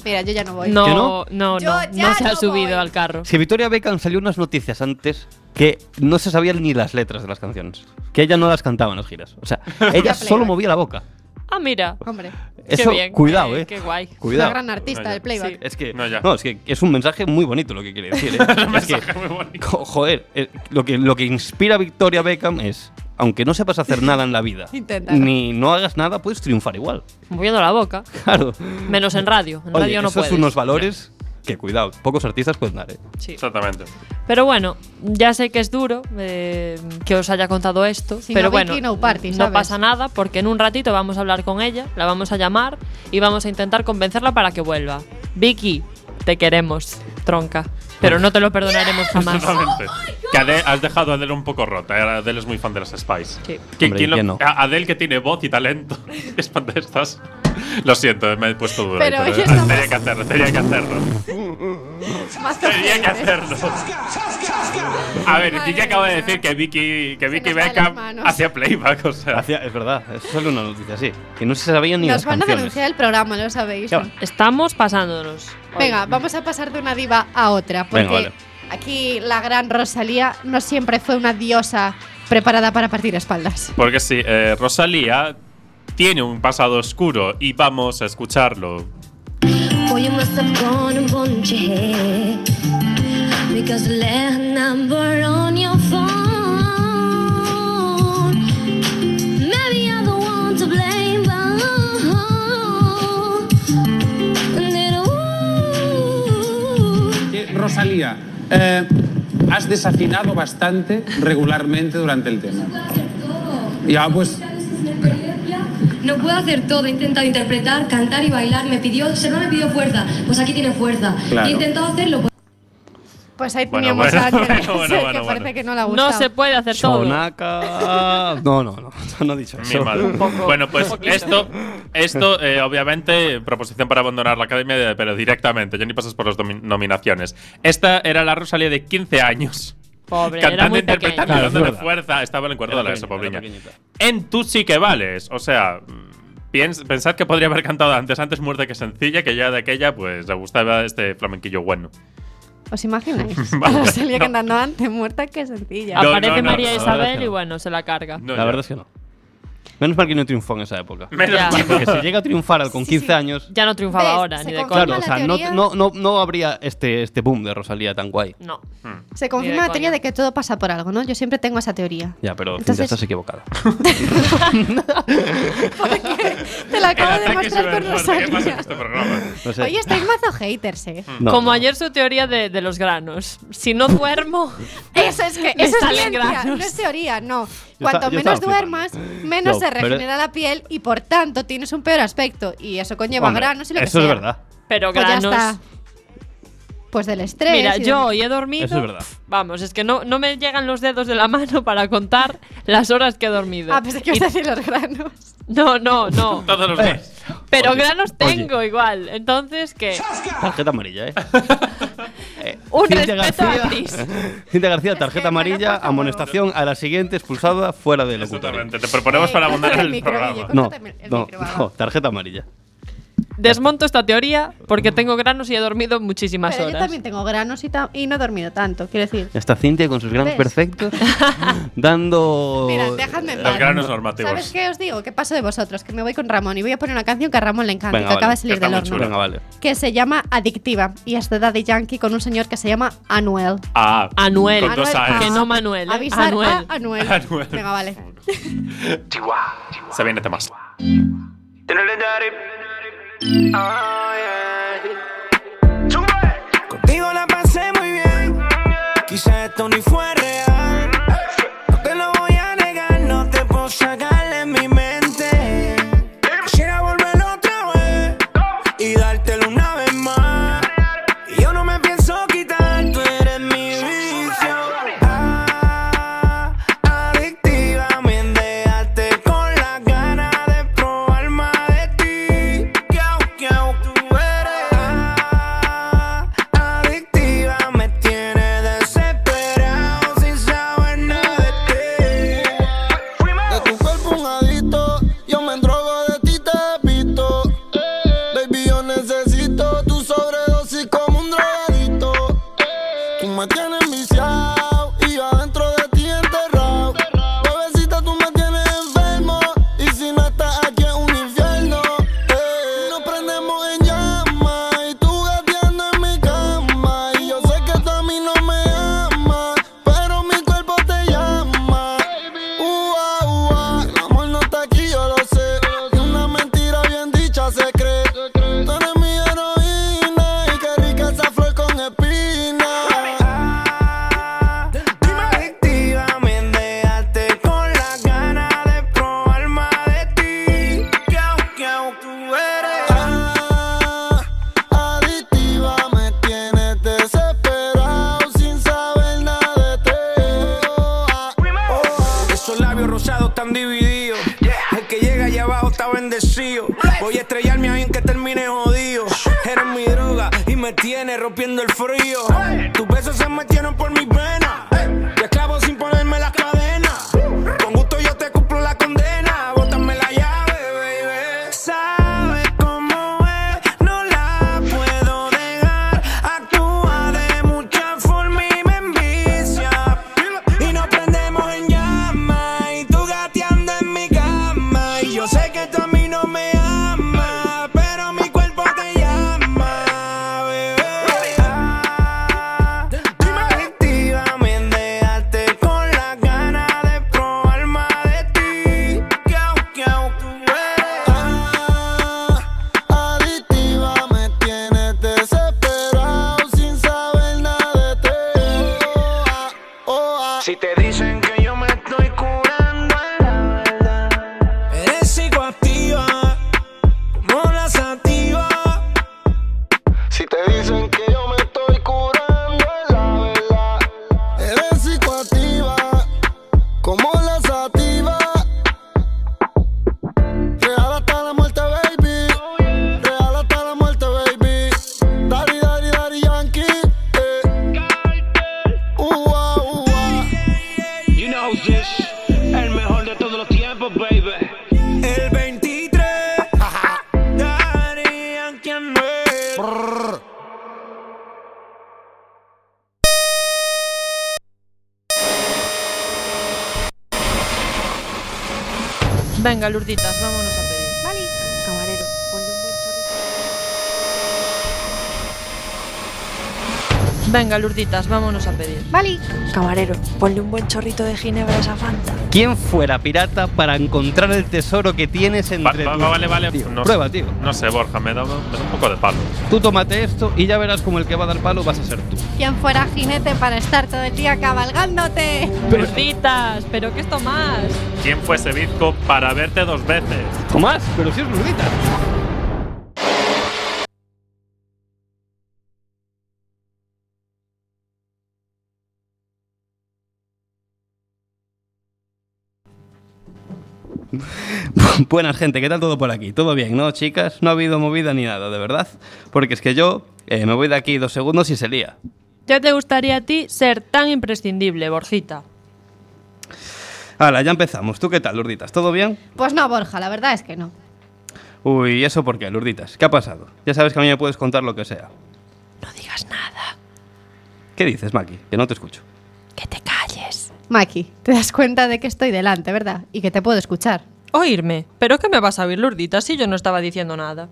C: Mira, yo ya no voy.
H: no,
F: ¿Que
H: no,
F: no?
H: no,
C: Yo
H: no,
C: ya
H: se ha
C: no
H: subido
C: voy.
H: al carro.
F: Si Victoria Beckham salió unas noticias antes que no se sabían ni las letras de las canciones. Que ella no las cantaba en las giras. O sea, ella solo
C: playback.
F: movía la boca.
H: Ah, mira.
C: Hombre,
F: Eso,
H: qué bien,
F: cuidado,
H: qué-
F: eh.
H: Qué guay.
C: una
F: Cuidado.
C: gran artista
E: No, ya.
C: del playback.
H: Sí.
F: Es que,
E: No,
F: no,
E: ya.
F: es que es un mensaje muy bonito lo que quiere decir. ¿eh? es que,
E: Mensaje muy bonito.
F: jo- joder, eh, lo que, lo que inspira a Victoria Beckham es, aunque no sepas hacer nada en la vida,
C: Inténtalo.
F: ni no hagas nada, puedes triunfar igual.
H: Moviendo la boca.
F: Claro.
H: Menos en radio. En
F: Oye,
H: radio no
F: esos
H: puedes.
F: son unos valores que, cuidado, pocos artistas pueden dar. ¿eh?
H: Sí.
E: Exactamente.
H: Pero bueno, ya sé que es duro eh, que os haya contado esto.
C: Si
H: pero
C: no,
H: bueno,
C: Vicky, no party,
H: no
C: ¿sabes?
H: pasa nada porque en un ratito vamos a hablar con ella, la vamos a llamar y vamos a intentar convencerla para que vuelva. Vicky, te queremos, tronca. Pero no te lo perdonaremos jamás.
E: Exactamente. Que Adele- has dejado a Adele un poco rota. eh. Adele es muy fan de las Spice.
H: Sí.
E: ¿Qui-
F: Hombre,
E: quién lo-
F: ¿quién no?
E: A- Adele que tiene voz y talento. Es fan de estas. Lo siento, me he puesto duro. ahí,
C: Pero hoy
E: eh,
C: estamos-
E: tenía que hacerlo, tenía que hacerlo.
C: Más
E: Tenía que
C: canciones.
E: hacerlo. A ver,
C: Madre
E: Gigi acaba de
C: mía.
E: decir que Vicky, que Vicky
C: nos va de las
E: Beckham
C: manos.
E: hacía playback, o sea.
F: Hacía- es verdad, es solo una noticia así. Que no se sabían ni
C: Nos
F: las
C: van a
F: canciones.
C: denunciar el programa, lo sabéis.
F: Ya
C: ¿no?
F: va.
H: Estamos pasándonos. hoy.
C: Venga, vamos a pasar de una diva a otra, porque
F: Venga, vale.
C: aquí la gran Rosalía no siempre fue una diosa preparada para partir espaldas.
E: Porque sí, eh, Rosalía tiene un pasado oscuro y vamos a escucharlo.
I: Boy, you must have gone and bumped your head because you left a number on your phone. Maybe you're the one to blame, but and then, ooh,
J: Eh, Rosalía, eh, has desafinado bastante regularmente durante el tema. Ya, pues
I: No puedo hacer todo, he intentado interpretar, cantar y bailar. Me pidió, se me pidió fuerza. Pues aquí tiene fuerza.
J: Claro.
I: He intentado hacerlo. pues-
C: Pues ahí
E: Bueno,
C: teníamos
E: bueno,
C: a Ángel,
E: bueno, bueno,
C: que
E: bueno,
C: parece
E: bueno.
C: que no la gusta.
H: No se puede hacer todo.
F: Chonaca. No, no, no, no he dicho
E: Mi
F: eso.
E: madre.
H: poco-
E: bueno, pues
H: un poquito.
E: esto, esto eh, obviamente, proposición para abandonar la academia, eh, pero directamente, ya ni pasas por las domi- nominaciones. Esta era la Rosalía de 15 años.
H: Pobre, era
E: cantando,
H: muy
E: interpretando,
H: pequeña.
F: Claro, es
E: dándole
F: verdad.
E: fuerza. Estaba en el cuarto
F: Era
E: de la ESO,
F: pequeñita,
E: pobriña.
F: era
E: En tú sí que vales. O sea, mm, piens- pensad que podría haber cantado antes, antes muerta que sencilla, que ya de aquella, pues le gustaba este flamenquillo bueno.
C: ¿Os imagináis?
E: Vale,
C: Rosalía
E: no.
C: cantando antes, muerta que sencilla.
E: No,
H: Aparece
E: no, no,
H: María
E: no,
F: la verdad
H: Isabel
F: que no.
H: y bueno, se la carga.
E: No,
F: la
E: ya.
F: verdad es que no. Menos mal que no triunfó en esa época.
E: Menos
H: Ya.
E: mal.
F: Porque si llega a triunfar al- con 15 años,
H: Ya no triunfaba
C: ¿Ves?
H: ahora,
C: Se
H: ni de
C: confirma
H: coña.
C: la
F: claro, o sea, no,
C: teoría.
F: no, no, no habría este, este boom de Rosalía tan guay.
H: No.
C: Se
H: Ni
C: confirma
H: de
C: la teoría
H: coña.
C: de que todo pasa por algo, ¿no? Yo siempre tengo esa teoría.
F: Ya, pero Cintia,
C: Entonces-
F: estás equivocada.
C: Te la
E: El
C: acabo de
E: ataque
C: demostrar con
E: superfuerte. ¿Qué pasa en
C: Rosalía.
E: este programa?
F: No sé.
C: Oye, estáis mazo haters, eh.
F: No,
H: Como
F: no.
H: ayer su teoría de, de los granos. Si no duermo,
C: Eso es que
H: Le
C: eso es
H: salen
C: ciencia, no
H: granos.
C: es teoría, no.
F: Yo
C: Cuanto
F: esta- yo
C: menos
F: estaba flipando.
C: duermas, menos
F: No,
C: se
F: pero-
C: regenera la piel y por tanto tienes un peor aspecto y eso conlleva
F: Hombre,
C: granos y lo que
F: Eso es
C: sea.
F: verdad.
H: pero
C: Pues ya
H: granos.
C: está. Pues del estrés.
H: Mira,
C: y
H: yo
C: del-
H: hoy he dormido.
E: Eso es verdad.
H: Vamos, es que no, no me llegan los dedos de la mano para contar las horas que he dormido.
C: Ah, pensé que ibas a decir los granos.
H: No, no, no.
E: Todos los días.
F: Eh,
H: Pero
F: Oye,
H: granos
F: oye.
H: tengo igual. Entonces, ¿qué?
F: Tarjeta amarilla, ¿eh?
H: Un
F: Cintia
H: respeto
F: García.
H: a Cris.
F: Cintia García, tarjeta amarilla, amonestación a la siguiente, expulsada fuera del locutorio.
E: Exactamente. eh, Te proponemos para abundar en
C: Córtame el
E: el
C: micro,
E: programa.
C: Guille,
F: No,
C: Córtame el
F: no,
C: micro, va,
F: no,
C: va.
F: tarjeta amarilla.
H: Desmonto esta teoría porque tengo granos y he dormido muchísimas
C: Pero yo
H: horas.
C: también tengo granos y, ta- y no he dormido tanto, quiero decir.
F: Está Cintia con sus
C: ¿Ves?
F: granos perfectos, dando...
C: Mira, dejadme en
E: Los
C: paz.
E: granos normativos.
C: ¿Sabes qué os digo? ¿Qué paso de vosotros? Que me voy con Ramón y voy a poner una canción que a Ramón le encanta,
F: Venga,
C: que acaba
F: vale,
C: de salir
E: que está
C: del
E: muy
C: horno.
E: chula.
F: Venga, vale.
C: Que se llama Adictiva y es de Daddy Yankee con un señor que se llama Anuel.
E: Ah,
H: Anuel.
E: Con dos
C: Anuel,
E: A's.
C: ah.
H: Que no Manuel. eh.
C: Avisar Ah,
H: Anuel.
C: a Anuel.
E: Anuel.
C: Venga, vale.
E: Se viene temas.
A: Contigo la pasé muy bien. Quizá esto ni fue real. No te lo voy a negar, no te puedo sacar en mi mente. Quisiera volver otra vez y dártelo una vez más. Y yo no me pienso quitar, tú eres mi vicio. Ah, adictiva, me dejaste con las ganas de probar más de ti. Guau, guau, tú eres. Ah, adictiva, me tienes desesperado sin saber nada de ti.
K: De tu cuerpo un adicto, yo me drogo de ti te visto. Baby yo necesito tu sobredosis como un drogadicto. Tú me tienes viciado y yo adentro de ti enterrado. Bebecita tú me tienes enfermo y si no estás aquí es un infierno. Ey. Nos prendemos en llama y tú gateando en mi cama y yo sé que tú a mí no me amas, pero mi cuerpo te llama. Ua, ua, el amor no está aquí, yo lo sé. Y una mentira bien dicha se cree. Tú eres mi heroína y qué rica esa flor con espina.
A: Adictiva, me dejaste con las ganas de probar más de ti. Guau, guau, tú eres.
K: Ah, adictiva, me tienes desesperado sin saber nada de ti. Oh, ah, oh, ah.
A: Esos labios rosados tan divididos. El que llega allá abajo está bendecido. Voy a estrellarme ahí en que termine jodido. Eres mi droga y me tiene rompiendo el frío. Tus besos se metieron por mis venas. Te esclavo sin ponerme las cadenas. Con gusto yo te cumplo la condena. Bótame la llave, baby. Sabes cómo es, no la puedo dejar. Actúa de muchas formas y me envicia. Y nos prendemos en llama. Y tú gateando en mi cama. Y yo sé que tú a mí no me amas. Pero mi cuerpo te llama, bebé. Ah, adictiva, me dejaste con las ganas de probar más de ti. Guau, guau, tú eres.
K: Ah, adictiva, me tienes desesperado sin saber nada de ti. Oh, ah, oh, ah.
A: Si te dicen que yo me estoy curando es la verdad. Eres psicoactiva, como la sativa.
K: Si te dicen que yo me estoy curando es la verdad. Eres psicoactiva, como la sativa. Real hasta la muerte, baby. Real hasta la muerte, baby. Dari, dari, dari, yankee. Eh. Ua, ua.
A: You know this, el mejor de todos los tiempos, baby. El 23, ajá, darían quien no es.
H: Venga, Lurditas, vámonos a pedir.
C: ah. Vale. Camarero, ponle un buen chorrito.
H: Venga, Lurditas, vámonos a pedir.
C: Vale.
L: Camarero, ponle un buen chorrito de ginebra a esa Fanta.
F: ¿Quién fuera pirata para encontrar el tesoro que tienes
E: Va-
F: entre
E: va-
F: tus-
E: vale, vale.
F: Tío,
E: No sé-
F: prueba, tío.
E: No sé, Borja, me da, me da un poco de palo.
F: Tú tómate esto y ya verás como el que va a dar palo vas a ser tú.
C: Quien fuera jinete para estar todo el día cabalgándote.
H: Lurditas, pero que esto más.
E: ¿Quién fue ese bizco para verte dos veces?
F: Tomás, pero si es Lurdita. Buenas, gente, ¿qué tal todo por aquí? ¿Todo bien, no, chicas? No ha habido movida ni nada, de verdad. Porque es que yo eh, me voy de aquí dos segundos y se lía.
H: ¿Qué te gustaría a ti ser tan imprescindible, Borjita?
F: Hala, ya empezamos. ¿Tú qué tal, Lurditas? ¿Todo bien?
C: Pues no, Borja, la verdad es que no.
F: Uy, ¿y eso por qué, Lurditas? ¿Qué ha pasado? Ya sabes que a mí me puedes contar lo que sea.
C: No digas nada.
F: ¿Qué dices, Maki? Que no te escucho.
C: Calles. Maki, te das cuenta de que estoy delante, ¿verdad? Y que te puedo escuchar.
H: Oírme. ¿Pero qué me vas a oír, Lurdita, si yo no estaba diciendo nada?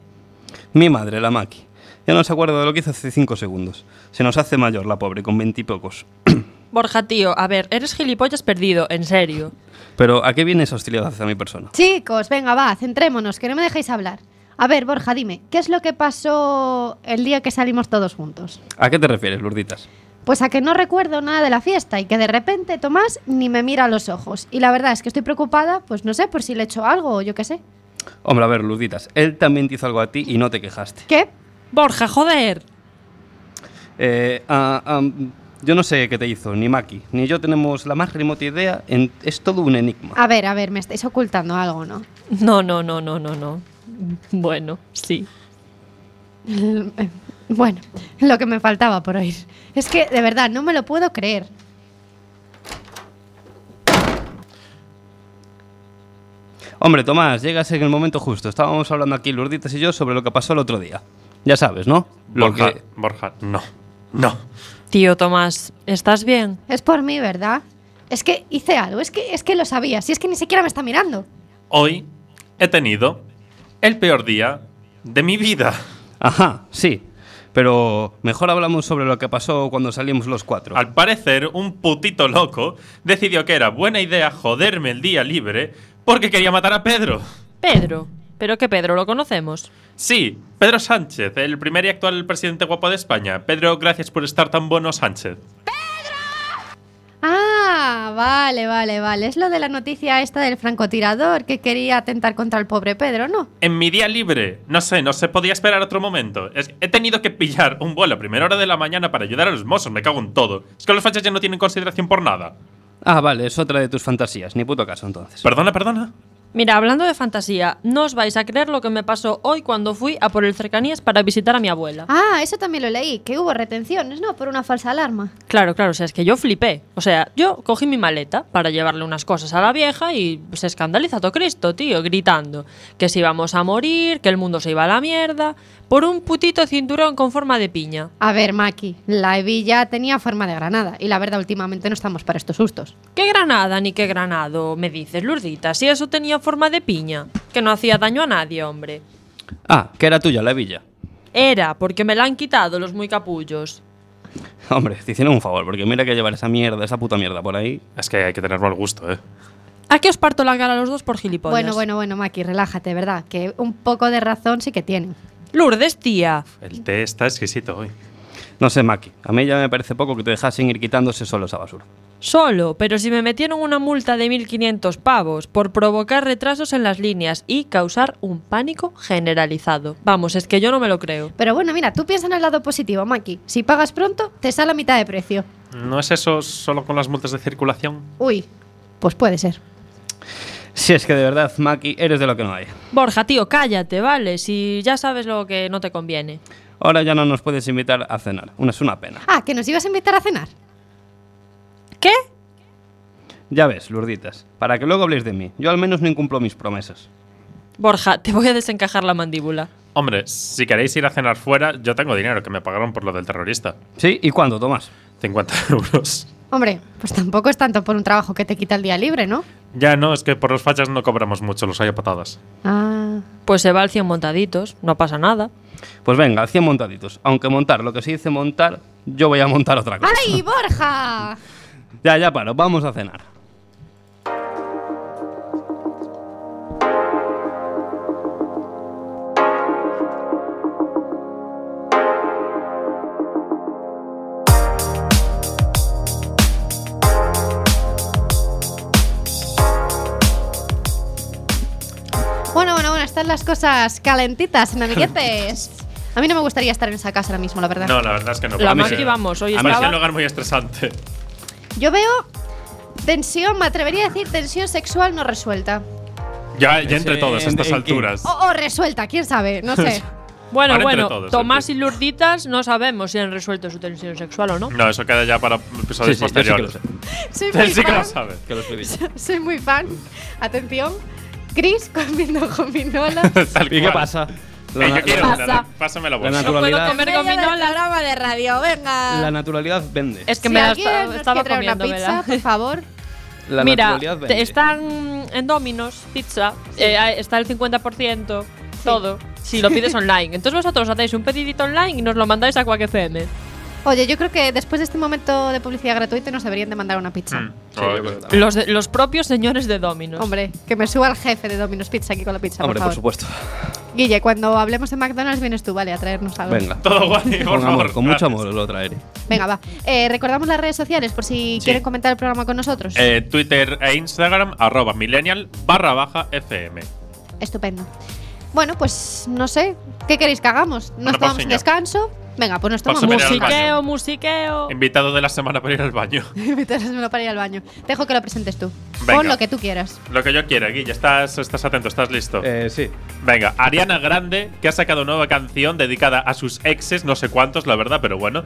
F: Mi madre, la Maki. Ya no se acuerda de lo que hizo hace cinco segundos. Se nos hace mayor la pobre, con veintipocos.
H: Borja, tío, a ver, eres gilipollas perdido, en serio.
F: Pero, ¿a qué viene esa hostilidad hacia mi persona?
C: Chicos, venga, va, centrémonos, que no me dejéis hablar. A ver, Borja, dime, ¿qué es lo que pasó el día que salimos todos juntos?
F: ¿A qué te refieres, Lurditas?
C: Pues a que no recuerdo nada de la fiesta y que de repente Tomás ni me mira a los ojos. Y la verdad es que estoy preocupada, pues no sé, por si le he hecho algo o yo qué sé.
F: Hombre, a ver, Lurditas, él también te hizo algo a ti y no te quejaste.
C: ¿Qué?
H: Borja, joder.
F: Eh, ah, ah, yo no sé qué te hizo, ni Maki, ni yo tenemos la más remota idea. en- es todo un enigma.
C: A ver, a ver, me estáis ocultando algo, ¿no?
H: No, no, no, no, no, no. Bueno, sí.
C: Bueno, lo que me faltaba por oír. Es que, de verdad, no me lo puedo creer.
F: Hombre, Tomás, llegas en el momento justo. Estábamos hablando aquí, Lurditas y yo, sobre lo que pasó el otro día. Ya sabes, ¿no? Lo
E: Borja,
F: que-
E: Borja, no. No.
H: Tío Tomás, ¿estás bien?
C: Es por mí, ¿verdad? Es que hice algo, es que, es que lo sabía, si es que ni siquiera me está mirando.
E: Hoy he tenido el peor día de mi vida.
F: Ajá, sí. Pero mejor hablamos sobre lo que pasó cuando salimos los cuatro.
E: Al parecer, un putito loco decidió que era buena idea joderme el día libre porque quería matar a Pedro.
H: Pedro. ¿Pero qué Pedro? ¿Lo conocemos?
E: Sí, Pedro Sánchez, el primer y actual presidente guapo de España. Pedro, gracias por estar tan bueno, Sánchez.
C: Ah, vale, vale, vale. Es lo de la noticia esta del francotirador que quería atentar contra el pobre Pedro, ¿no?
E: En mi día libre, no sé, no se podía esperar otro momento. Es- he tenido que pillar un vuelo a primera hora de la mañana para ayudar a los mozos, me cago en todo. Es que los fachas ya no tienen consideración por nada.
F: Ah, vale, es otra de tus fantasías. Ni puto caso, entonces.
E: Perdona, perdona.
H: Mira, hablando de fantasía, no os vais a creer lo que me pasó hoy cuando fui a por el cercanías para visitar a mi abuela.
C: Ah, eso también lo leí, que hubo retenciones, ¿no? Por una falsa alarma.
H: Claro, claro, o sea, es que yo flipé. O sea, yo cogí mi maleta para llevarle unas cosas a la vieja y se escandaliza todo Cristo, tío, gritando que si íbamos a morir, que el mundo se iba a la mierda, por un putito cinturón con forma de piña.
C: A ver, Maki, la hebilla tenía forma de granada y la verdad últimamente no estamos para estos sustos.
H: ¿Qué granada ni qué granado? Me dices, Lurdita, si eso tenía forma de piña, que no hacía daño a nadie, hombre.
F: Ah, que era tuya la villa.
H: Era, porque me la han quitado los muy capullos.
F: Hombre, te hicieron un favor, porque mira que llevar esa mierda, esa puta mierda por ahí.
E: Es que hay que tener mal gusto, ¿eh?
H: ¿A qué os parto la cara a los dos por gilipollas?
C: Bueno, bueno, bueno, Maki, relájate, ¿verdad? Que un poco de razón sí que tienen.
H: Lourdes, tía.
E: El té está exquisito hoy.
F: No sé, Maki, a mí ya me parece poco que te dejasen ir quitándose solo esa basura.
H: Solo, pero si me metieron una multa de 1.500 pavos por provocar retrasos en las líneas y causar un pánico generalizado. Vamos, es que yo no me lo creo.
C: Pero bueno, mira, tú piensa en el lado positivo, Maki. Si pagas pronto, te sale a mitad de precio.
E: ¿No es eso solo con las multas de circulación?
C: Uy, pues puede ser.
F: Si es que de verdad, Maki, eres de lo que no hay.
H: Borja, tío, cállate, ¿vale? Si ya sabes lo que no te conviene.
F: Ahora ya no nos puedes invitar a cenar. Una es una pena.
C: Ah, que nos ibas a invitar a cenar.
H: ¿Qué?
F: Ya ves, Lurditas, para que luego habléis de mí. Yo al menos no incumplo mis promesas.
H: Borja, te voy a desencajar la mandíbula.
E: Hombre, si queréis ir a cenar fuera, yo tengo dinero que me pagaron por lo del terrorista.
F: ¿Sí? ¿Y cuánto, Tomás?
E: 50 euros.
C: Hombre, pues tampoco es tanto por un trabajo que te quita el día libre, ¿no?
E: Ya no, es que por los fachas no cobramos mucho, los hay a patadas.
C: Ah.
H: Pues se va al 100 montaditos, no pasa nada.
F: Pues venga, 100 montaditos. Aunque montar, lo que se dice montar, yo voy a montar otra cosa.
C: ¡Ay, Borja!
F: Ya, ya paro, vamos a cenar.
C: Bueno, bueno, bueno, están las cosas calentitas, amiguetes. A mí no me gustaría estar en esa casa ahora mismo, la verdad.
E: No, la verdad es que no.
H: La
E: porque-
H: Maki, vamos, hoy
E: Además,
H: estaba-
E: es un lugar muy estresante.
C: Yo veo tensión, me atrevería a decir tensión sexual no resuelta.
E: Ya, ya entre todos a estas
F: en- en
E: alturas.
C: O, o resuelta, quién sabe, no sé.
H: Bueno,
E: Ahora entre
H: bueno,
E: todos,
H: Tomás y Lurditas no sabemos si han resuelto su tensión sexual o no.
E: No, eso queda ya para episodios
F: Sí, sí, yo sí que
E: posteriores.
F: lo
C: Soy
E: Él
C: muy
E: sí que lo
C: fan.
E: sabe.
F: Que lo
C: Soy muy fan. Atención. Chris comiendo gominolas.
F: ¿Y qué pasa?
E: Eh, yo quiero
C: Pasa.
E: una. Pásame la
F: La
E: bolsa.
F: naturalidad,
H: comer
C: Estrella del
H: gominolas.
C: programa de radio, venga.
F: la naturalidad vende.
H: Es que
C: Si
H: me la
C: alguien
H: esta-
C: nos
H: estaba
C: quiere traer una
H: comiéndomela.
C: pizza, por favor.
F: La
H: Mira,
F: naturalidad
H: te-
F: vende.
H: están en Domino's Pizza, eh, hay- está el 50%, todo, si lo pides online. Entonces vosotros hacéis un pedidito online y nos lo mandáis a Quack FM.
C: Oye, yo creo que después de este momento de publicidad gratuita nos deberían de mandar una pizza.
E: Mm.
H: Los, de- los propios señores de Domino's.
C: Hombre, que me suba el jefe de Domino's Pizza aquí con la pizza,
F: Hombre,
C: por
F: por
C: favor.
F: supuesto.
C: Guille, cuando hablemos de McDonald's vienes tú, vale, a traernos algo.
F: Venga.
E: Todo guay, por
F: Con amor,
E: favor,
F: Con mucho amor lo traeré.
C: Venga, va. Eh, recordamos las redes sociales por si
E: Sí.
C: quieren comentar el programa con nosotros.
E: Eh, Twitter e Instagram, arroba millennial barra baja FM.
C: Estupendo. Bueno, pues no sé, ¿qué queréis que hagamos? ¿Nos
E: Una
C: tomamos un
E: pausiña.
C: descanso? Venga, pues nos
E: Pausa
C: tomamos
E: para ir al baño.
H: Musiqueo, musiqueo.
E: Invitado de la semana para ir al baño.
C: Invitarosmelo para ir al baño. Dejo que lo presentes tú.
E: Venga.
C: Pon lo que tú quieras.
E: Lo que yo quiera, Guille, estás, estás atento, estás listo.
F: Eh, sí.
E: Venga, Ariana Grande, que ha sacado nueva canción dedicada a sus exes, no sé cuántos, la verdad, pero bueno.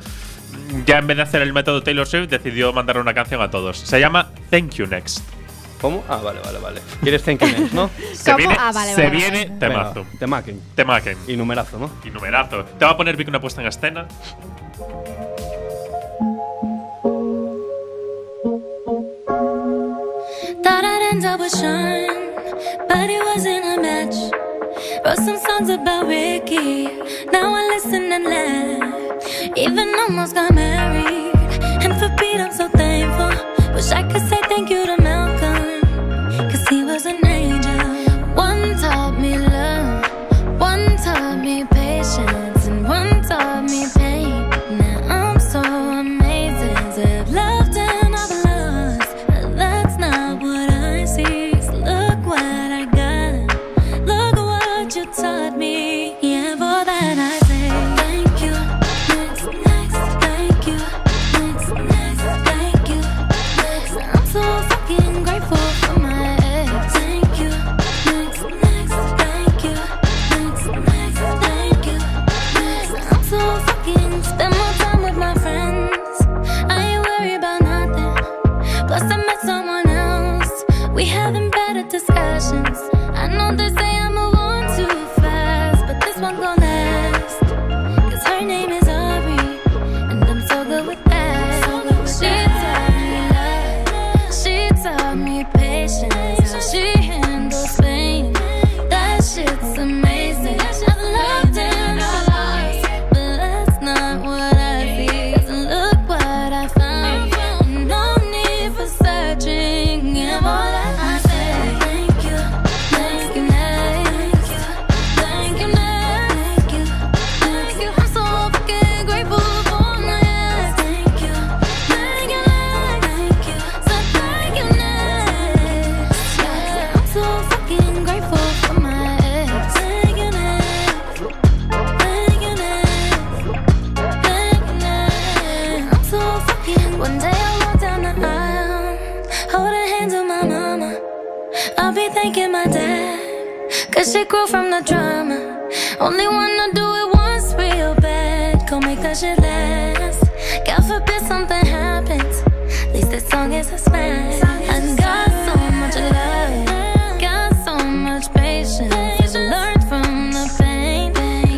E: Ya en vez de hacer el método Taylor Swift, decidió mandar una canción a todos. Se llama Thank You Next.
F: ¿Cómo? Ah, vale, vale, vale. ¿Quieres thank you next, no?
E: Se
C: ¿Cómo?
E: viene,
C: Ah, vale,
E: se
C: vale,
E: viene
C: vale.
E: temazo.
F: Te maquen.
E: Te maquen.
F: Y numerazo, ¿no?
E: Y numerazo. Te va a poner Vic una puesta en escena.
G: Thought I'd end up with Sean, but it wasn't a match. Wrote some songs about Ricky, now I listen and laugh. Even almost got married, and for Pete I'm so thankful. Wish I could say thank you to Malcolm, cause he was an angel. One taught me love, one taught me patience, and one taught me pain. Now I'm so amazing to have loved and I've lost. That's not what I see. So Look what I got. Look what you taught me. Yeah, for that I say thank you. Next, next, thank you. Next, next, thank you. Next, I'm so fucking grateful for my ex. Thank you. Next, next, thank you. Next, next, thank you. Next, I'm so fucking spend more time with my friends. I ain't worried about nothing. Plus, I met someone else. We having better discussions. I know they say I move on too fast, but this one gon' last. Cause her name is Aubrey, and I'm so good with that. She taught me love, she taught me patience, how she handles pain. That shit's amazing. I've loved and I lost, but that's not what I see. And look what I found. No need for searching. And all I say, thank you, thank you, thank you, thank you, thank you, thank you. I'm so fucking grateful for my ass. Thank you, thank you, thank you, so thank you, next. Yeah, I'm so fucking grateful for my ex. Thank you, next. Thank you, next. I'm so fucking. One day I'll walk down the aisle, holding hands with my mama. I'll be thanking my dad, cause she grew from the drama. Only wanna do it once real bad, go make that shit last. God forbid something happens, at least this song is a smash. I got so much love, got so much patience. Learned from the pain,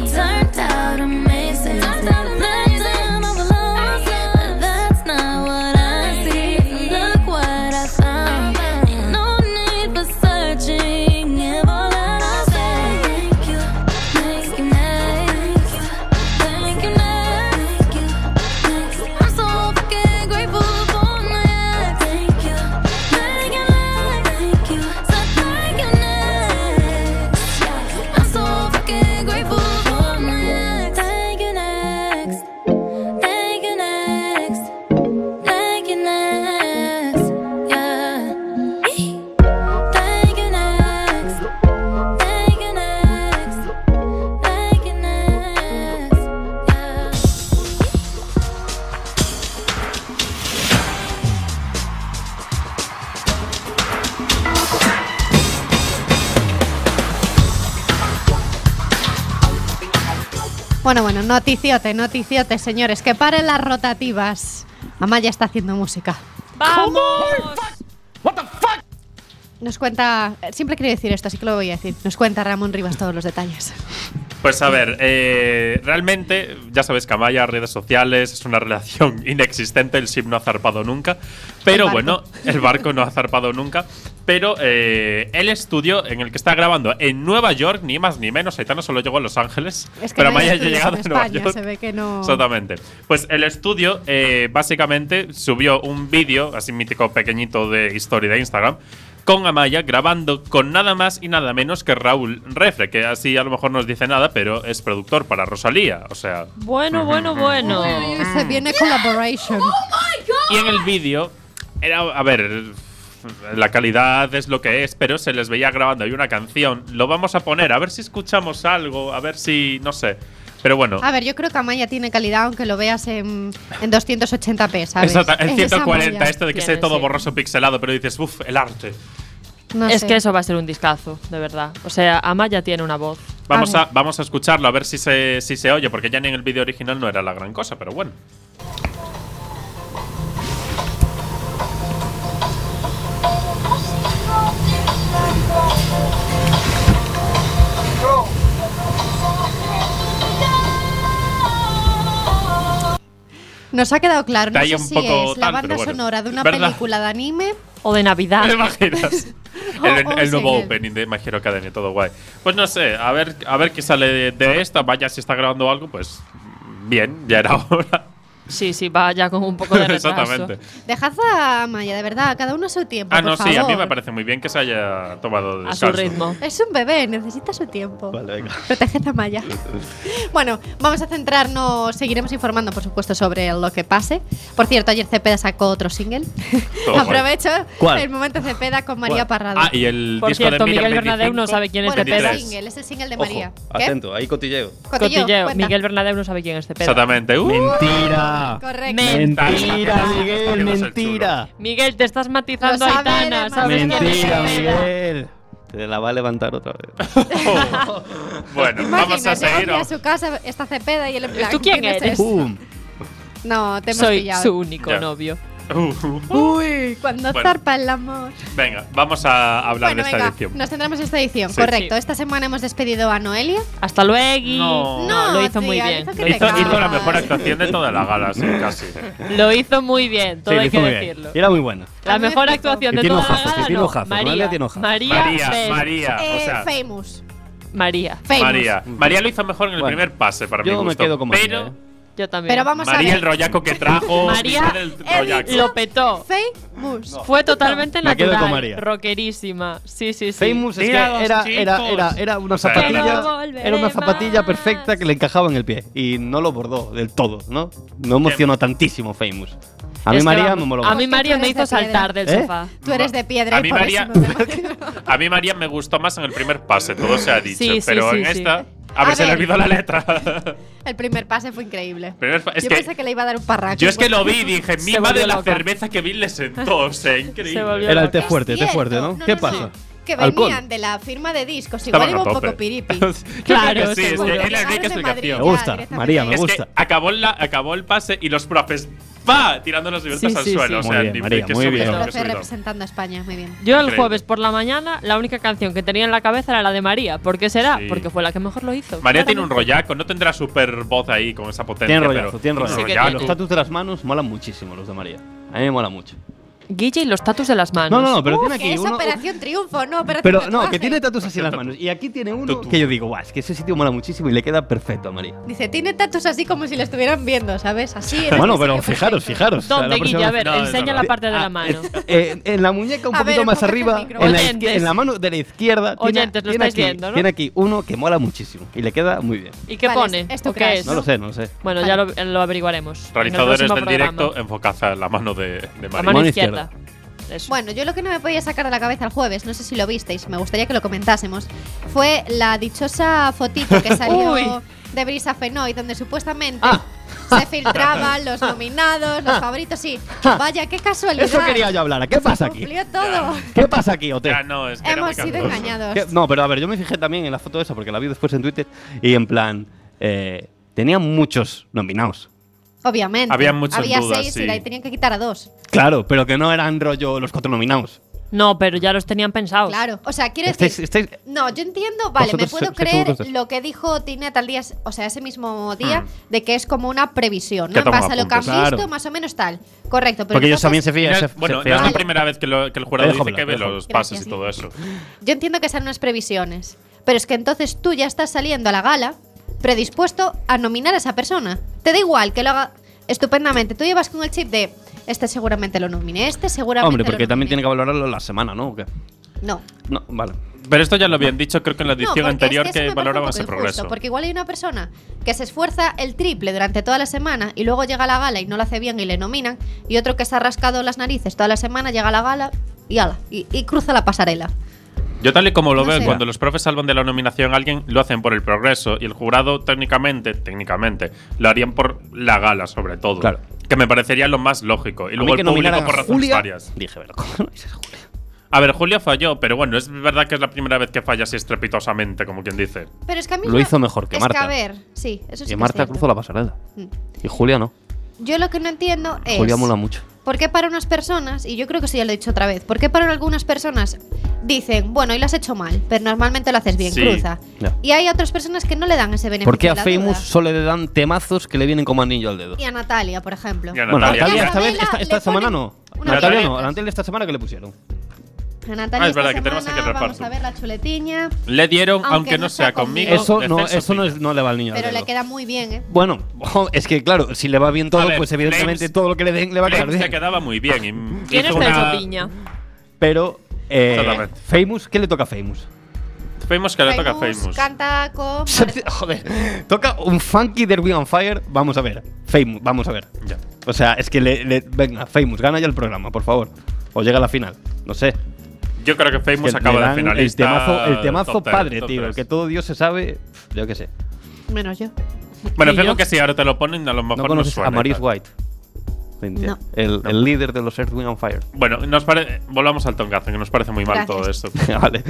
G: turned out amazing. Next time I'm alone, but that's not what I see. Look what I found. Ain't no need for searching. If all that I say, thank you, thank you, thank you, thank you, thank you. I'm so fucking grateful for my ex. Thank you,
C: Bueno, bueno, noticiote, noticiote, señores, que paren las rotativas. Amaya está haciendo música.
H: ¡Vamos!
C: Nos cuenta, siempre quiero decir esto, así que lo voy a decir. Nos cuenta Ramón Rivas todos los detalles.
E: Pues a ver, eh, realmente, ya sabes que Amaya, redes sociales, es una relación inexistente, el SIM no ha zarpado nunca, pero bueno, el barco no ha zarpado nunca, pero eh, el estudio en el que está grabando en Nueva York, ni más ni menos, Aitana solo llegó a Los Ángeles,
C: Es que
E: pero
C: no hay
E: Amaya ya ha
C: estudios
E: llegado
C: en
E: a Nueva
C: España,
E: York.
C: se ve que no.
E: Exactamente. Pues el estudio eh, básicamente subió un vídeo, así mítico pequeñito de historia de Instagram, con Amaya grabando con nada más y nada menos que Raúl Refre, que así a lo mejor no os dice nada, pero es productor para Rosalía, o sea.
H: Bueno, bueno, bueno.
C: Se viene collaboration.
E: Y en el vídeo, era, a ver, la calidad es lo que es, pero se les veía grabando ahí una canción. Lo vamos a poner, a ver si escuchamos algo, a ver si, no sé. Pero bueno.
C: A ver, yo creo que Amaya tiene calidad, aunque lo veas en, en 280p, ¿sabes?
E: Exacto, el
C: Es
E: 140,
C: Amaya.
E: esto de que
H: Tiene,
E: esté todo
H: sí.
E: borroso pixelado, pero dices, uff, el arte.
C: No
H: es
C: sé.
H: que eso va a ser un discazo, de verdad. O sea, Amaya tiene una voz.
E: Vamos a, vamos a escucharlo, a ver si se, si se oye, porque ya ni en el vídeo original no era la gran cosa, pero bueno.
C: Nos ha quedado claro,
H: Está
C: no
H: ahí
C: sé
H: un
C: si
H: poco
C: es la
H: tal,
C: banda
H: pero bueno.
C: sonora de una
E: ¿Verdad?
C: película de anime.
H: O de Navidad.
E: ¿Te imaginas? El,
C: Oh,
E: el nuevo
C: sí.
E: opening de My Hero Academia, todo guay. Pues no sé, a ver, a ver qué sale de, de esta. Vaya, si está grabando algo, pues bien, ya era hora.
H: Sí, sí, va ya con un poco de retraso.
E: Exactamente.
C: Dejad a Amaya, de verdad, cada uno a su tiempo.
E: Ah, no,
C: por
E: sí, a mí me
C: favor.
E: parece muy bien que se haya tomado
H: A su
E: descanso.
H: ritmo.
C: Es un bebé, necesita su tiempo.
E: Vale, venga.
C: Proteged a Maya. bueno, vamos a centrarnos, seguiremos informando, por supuesto, sobre lo que pase. Por cierto, ayer Cepeda sacó otro single.
E: Todo guay.
C: Aprovecho
E: ¿Cuál?
C: el momento Cepeda con María
E: ¿Cuál?
C: Parrado.
E: Ah, y el
H: Por
E: disco
H: cierto,
E: de Miriam
H: Miguel Bernabéu no
E: 25.
H: sabe quién es
C: Bueno, es
H: Cepeda.
C: el single, es el single de María. ¿Qué?
F: Atento, ahí cotilleo.
C: Cotilleo,
H: Cotilleo.
C: cuenta.
H: Miguel Bernabéu no sabe quién es Cepeda.
E: Exactamente. Uh.
F: Mentira.
C: Correcto.
F: Mentira, Miguel, mentira.
H: Miguel, te estás matizando
C: Lo
H: a
C: sabe
H: Aitana.
C: de
H: ¿sabes quién es
F: Mentira,
H: Cepeda?
F: Miguel. Te la va a levantar otra vez.
E: Bueno, vamos a
C: Imagínate,
E: seguir. oh.
C: a su casa está Cepeda y él en plan,
H: ¿Tú quién
C: es
H: eres?
C: esto? No, te hemos
H: Soy
C: pillado.
H: su único
E: Ya.
H: novio.
C: Uy, cuando
E: Bueno.
C: zarpa el amor.
E: Uh, Venga, vamos a hablar
C: Bueno,
E: de esta
C: venga,
E: edición.
C: nos centramos en esta edición,
E: Sí.
C: correcto. Esta semana hemos despedido a Noelia.
H: Hasta luego.
E: No.
H: No, lo hizo
C: tía,
H: muy
C: hizo
H: bien.
C: que
E: Hizo,
C: te cagas.
E: hizo la mejor actuación de toda la gala, sí, casi.
H: Lo hizo muy bien, todo
F: Sí,
H: hay
F: hizo
H: que
F: muy bien.
H: decirlo.
F: Era muy buena.
H: La mejor actuación
F: Y
H: de
F: tiene
H: toda
F: ojazos,
H: la
F: y
H: gala.
F: tiene
H: no.
F: ojazos,
H: María,
F: Noelia tiene ojazos.
H: María,
E: María,
H: Bel-
E: María, Ah, o
C: Eh,
E: sea,
C: famous.
H: María.
C: Famous.
E: María. María lo hizo mejor en el
F: Bueno,
E: primer pase, para
F: yo
E: mi
F: me
E: gusto.
F: quedo con María,
E: pero
F: eh.
H: Yo también.
C: Pero vamos
E: María
C: a
E: el
C: ver.
E: rollaco que trajo.
H: María
E: el
C: He
E: rollaco.
C: dicho-
H: lo petó.
C: Famous.
H: Fue totalmente
F: Me quedo
H: natural.
F: con María.
H: Rockerísima. Sí, sí, sí.
F: Famous es que
E: Mira los
F: era, era,
E: chicos.
F: era, era una
E: Pero
F: zapatilla.
H: volveré
F: Era una zapatilla
H: más.
F: perfecta que le encajaba en el pie. Y no lo bordó del todo, ¿no? No emocionó tantísimo Famous. A mí
H: Es que
F: María
H: vamos,
F: me moló.
H: A mí
F: mucho.
H: María me
C: Porque tú
H: hizo
C: eres de
H: saltar del
F: piedra. ¿Eh?
H: sofá.
C: Tú eres de piedra
E: A
C: y
E: mí
C: por
E: María-
C: eso me imagino.
E: A mí María me gustó más en el primer pase, todo se ha dicho.
H: Sí, sí,
E: pero
H: sí,
E: en
H: sí.
E: esta. A,
C: A
E: ver, se le
C: ver.
E: olvidó la letra.
C: El primer pase fue increíble.
E: Primer pa- es
C: Yo
E: que-
C: pensé que le iba a dar un parraco. pues.
E: Yo es que lo vi y dije, mi
H: Se
E: madre
H: volvió
E: la
H: loca.
E: cerveza que vi le sentó. O sea,
H: Se
E: increíble.
H: volvió
F: Era el
H: loca.
F: té fuerte, té
C: Cierto.
F: fuerte, ¿no?
C: No,
F: ¿Qué
C: no,
F: pasa?
C: no. Que
F: Alcohol.
C: venían de la firma de discos. Igual
E: Estaban
C: iba
E: a
C: un poco
E: tope.
C: piripi.
E: claro,
H: Claro,
E: que sí, es
H: seguro.
E: que es
C: Llegaron
E: la única
C: de Madrid
E: explicación.
F: Me gusta,
C: directamente.
F: María, me
E: Es
F: gusta.
E: que acabó, la, acabó el pase y los profes va tirando las libertades
H: Sí,
E: al
H: sí,
E: suelo. O
F: sí. Muy
E: sea,
F: bien,
E: ni-
F: María,
E: que
F: muy
E: subidón,
F: bien.
E: que
C: Lo hace
E: subidón.
C: representando a España, muy bien.
H: Yo el
E: Increíble.
H: jueves por la mañana la única canción que tenía en la cabeza era la de María. ¿Por qué será?
E: Sí.
H: Porque fue la que mejor lo hizo.
E: María tiene un
H: Claramente.
E: rollaco, no tendrá super voz ahí con esa potencia.
F: Tiene rollazo,
E: pero
F: tiene
E: un
F: rollazo.
H: Sí que
E: rollaco.
H: tiene.
F: Los tatus de las manos molan muchísimo, los de María. A mí me mola mucho.
H: Guille y los tatus de las manos.
F: Ah, No, no, no, pero tiene
C: que
F: aquí
C: es
F: uno.
C: Operación Triunfo, no Operación
F: Pero no,
C: Tatuaje.
F: que tiene tatus así en las manos. Y aquí tiene uno
E: Tutú.
F: que yo digo, guau, es que ese sitio mola muchísimo y le queda perfecto a María.
C: Dice, tiene tatus así como si lo estuvieran viendo, ¿sabes? Así. en
F: Bueno,
C: este
F: pero
C: sitio
F: fijaros,
C: perfecto.
F: fijaros. o sea,
H: ¿Dónde,
F: la
H: Guille? A
F: próxima-
H: ver,
E: No, es
H: enseña
E: verdad.
H: la parte de
F: Ah,
H: la mano.
F: eh, eh, en la muñeca un
C: A
F: poquito
C: ver,
F: más
C: enfócate
F: arriba,
C: el micro.
F: en la,
H: Oyentes.
F: izquier- en la mano de la izquierda, tiene,
H: Oyentes, lo
F: tiene
H: estáis
F: aquí,
H: viendo, ¿no?
F: tiene aquí uno que mola muchísimo y le queda muy bien.
H: ¿Y qué
C: Vale,
H: pone?
C: es tu
H: ¿O
C: crush,
H: qué es?
F: No lo sé, no lo sé.
H: Bueno, ya lo, lo averiguaremos. en el
E: Realizadores
H: próximo
E: del
H: programa.
E: directo, enfocad a la mano de, de
H: La
E: María.
H: mano
F: eh, Mano
H: izquierda. Eso.
C: Bueno, yo lo que no me podía sacar de la cabeza el jueves, no sé si lo visteis, me gustaría que lo comentásemos, fue la dichosa fotito que
H: Uy.
C: salió de Brisa Fenoy, donde supuestamente
F: Ah.
C: se filtraban los nominados, los favoritos, sí. Vaya, qué casualidad.
F: Eso quería yo hablar. ¿Qué pasa aquí?
C: Cumplió todo.
F: ¿Qué pasa aquí, Ote?
E: Ya no, es que era muy
C: Hemos sido
E: cantoso.
C: engañados.
F: ¿Qué? No, pero a ver, yo me fijé también en la foto esa porque la vi después en Twitter y en plan, eh, tenía muchos nominados.
C: Obviamente.
F: Había muchas
C: Había
F: dudas,
C: seis
F: sí.
C: y le tenían que quitar a dos.
F: Claro, pero que no eran rollo los cuatro nominados.
H: No, pero ya los tenían pensados.
C: Claro. O sea, quiero
F: Estáis-
C: decir.
F: estáis-
C: No, yo entiendo, vale, me
F: Oh. Este
C: puedo
F: Vosotros se- seguro que
C: creer
F: estáis-
C: lo que dijo Tina tal día, o sea, ese mismo día,
F: Hmm.
C: de que es como una previsión,
E: Que
C: ¿no? En
E: toma
C: base a lo que han
E: apuntes.
C: visto,
E: Claro.
C: más o menos tal. Correcto, pero
F: Porque ellos
C: entonces-
F: también se fían.
E: Mira, bueno, no es la primera vez que, lo- que el jurado
F: Te
E: dice
F: dejo
E: que
F: hablar,
E: ve
F: te dejo
E: los
C: hablar.
E: pases
C: Gracias.
E: y todo eso.
C: Yo entiendo que sean unas previsiones, pero es que entonces tú ya estás saliendo a la gala predispuesto a nominar a esa persona. Te da igual que lo haga estupendamente. Tú llevas con el chip de este seguramente lo nominé, este seguramente
F: Hombre,
C: lo
F: porque también
C: nominé".
F: tiene que valorarlo la semana, ¿no? ¿O qué?
C: No.
F: No, vale.
E: Pero esto ya lo habían dicho, creo que en la edición
C: no, porque
E: anterior
C: es
E: que,
C: que, eso me parece un
E: valoraban
C: poco
E: ese
C: injusto,
E: progreso.
C: Porque igual hay una persona que se esfuerza el triple durante toda la semana y luego llega a la gala y no lo hace bien y le nominan, y otro que se ha rascado las narices toda la semana llega a la gala y ala, y, y cruza la pasarela.
E: Yo tal y como lo
C: No
E: veo,
C: sé.
E: cuando los profes salvan de la nominación a alguien, lo hacen por el progreso y el jurado técnicamente, técnicamente, lo harían por la gala sobre todo.
F: Claro.
E: Que me parecería lo más lógico. Y
F: A
E: luego
F: mí que
E: el público
F: nominaran a
E: por razones
F: Julia,
E: varias.
F: Dije, pero
E: A ver, Julia falló, pero bueno, es verdad que es la primera vez que falla así estrepitosamente, como quien dice.
C: Pero es que a mí
F: Lo
C: no-
F: hizo mejor que
C: es
F: Marta.
C: a ver, sí, eso sí que
F: Y
C: es
F: Marta
C: cierto.
F: cruzó la pasarela.
C: Mm.
F: Y Julia no.
C: Yo lo que no entiendo es.
F: Julia mola mucho.
C: ¿Por qué para unas personas, y yo creo que eso ya lo he dicho otra vez, por qué para algunas personas dicen, bueno, hoy lo has hecho mal, pero normalmente lo haces bien,
F: Sí.
C: cruza?
F: Ya.
C: Y hay otras personas que no le dan ese beneficio.
F: Porque a
C: la
F: Famous
C: duda.
F: solo le dan temazos que le vienen como anillo al dedo.
C: Y a Natalia, por ejemplo.
F: Bueno, Natalia,
C: Porque a
F: esta, vez,
C: Isabela
F: esta,
C: le
F: esta semana
C: ponen-
F: no.
C: una
F: Natalia
E: vez.
F: no, a Natalia esta semana que le pusieron.
C: A Natalia
E: Ah, es
C: esta
E: verdad que tenemos
C: semana
E: aquí el
C: vamos
E: reparto.
C: a ver la chuletiña,
E: Le dieron, aunque,
C: Aunque
E: no, sea conmigo.
F: Eso, no,
E: descenso
F: eso no, es- no le va al niño
C: pero
F: al
C: le
F: dedo.
C: queda muy bien, ¿eh?
F: Bueno, es que claro, si le va bien todo,
E: A ver,
F: pues evidentemente
E: Flames-
F: todo lo que le den le va a quedar
E: Flames
F: bien.
E: se quedaba muy bien. y
H: ¿Quién
E: hizo
H: es Celso
E: una-
H: Piña?
F: Pero, eh,
E: Exactamente.
F: Famous, ¿qué le toca a Famous?
E: Famous que le toca a Famous.
C: Canta con.
F: Joder, toca un funky Derby on Fire. Vamos a ver. Famous, vamos a ver. O sea, es que le, le- Venga, Famous, gana ya el programa, por favor. O llega a la final. No sé.
E: Yo creo que Famous
F: Es que le
E: acaba
F: dan
E: de finalista.
F: El temazo, el temazo
E: top ten,
F: padre,
E: top
F: tío. El
E: tres.
F: que todo Dios se sabe. pf, Yo qué sé.
C: Menos yo.
E: Bueno,
F: ¿Y
E: fijo
F: yo?
E: que si ahora te lo ponen, a lo mejor
F: No
E: no
F: conoces
E: suena
F: a
E: y
F: Maurice
E: tal.
F: White. Cintia.
E: No.
F: El, el líder de los Earth, Wind on Fire.
E: Bueno, nos pare- volvamos al Tongazo, que nos parece muy mal
C: Gracias.
E: todo esto.
F: vale.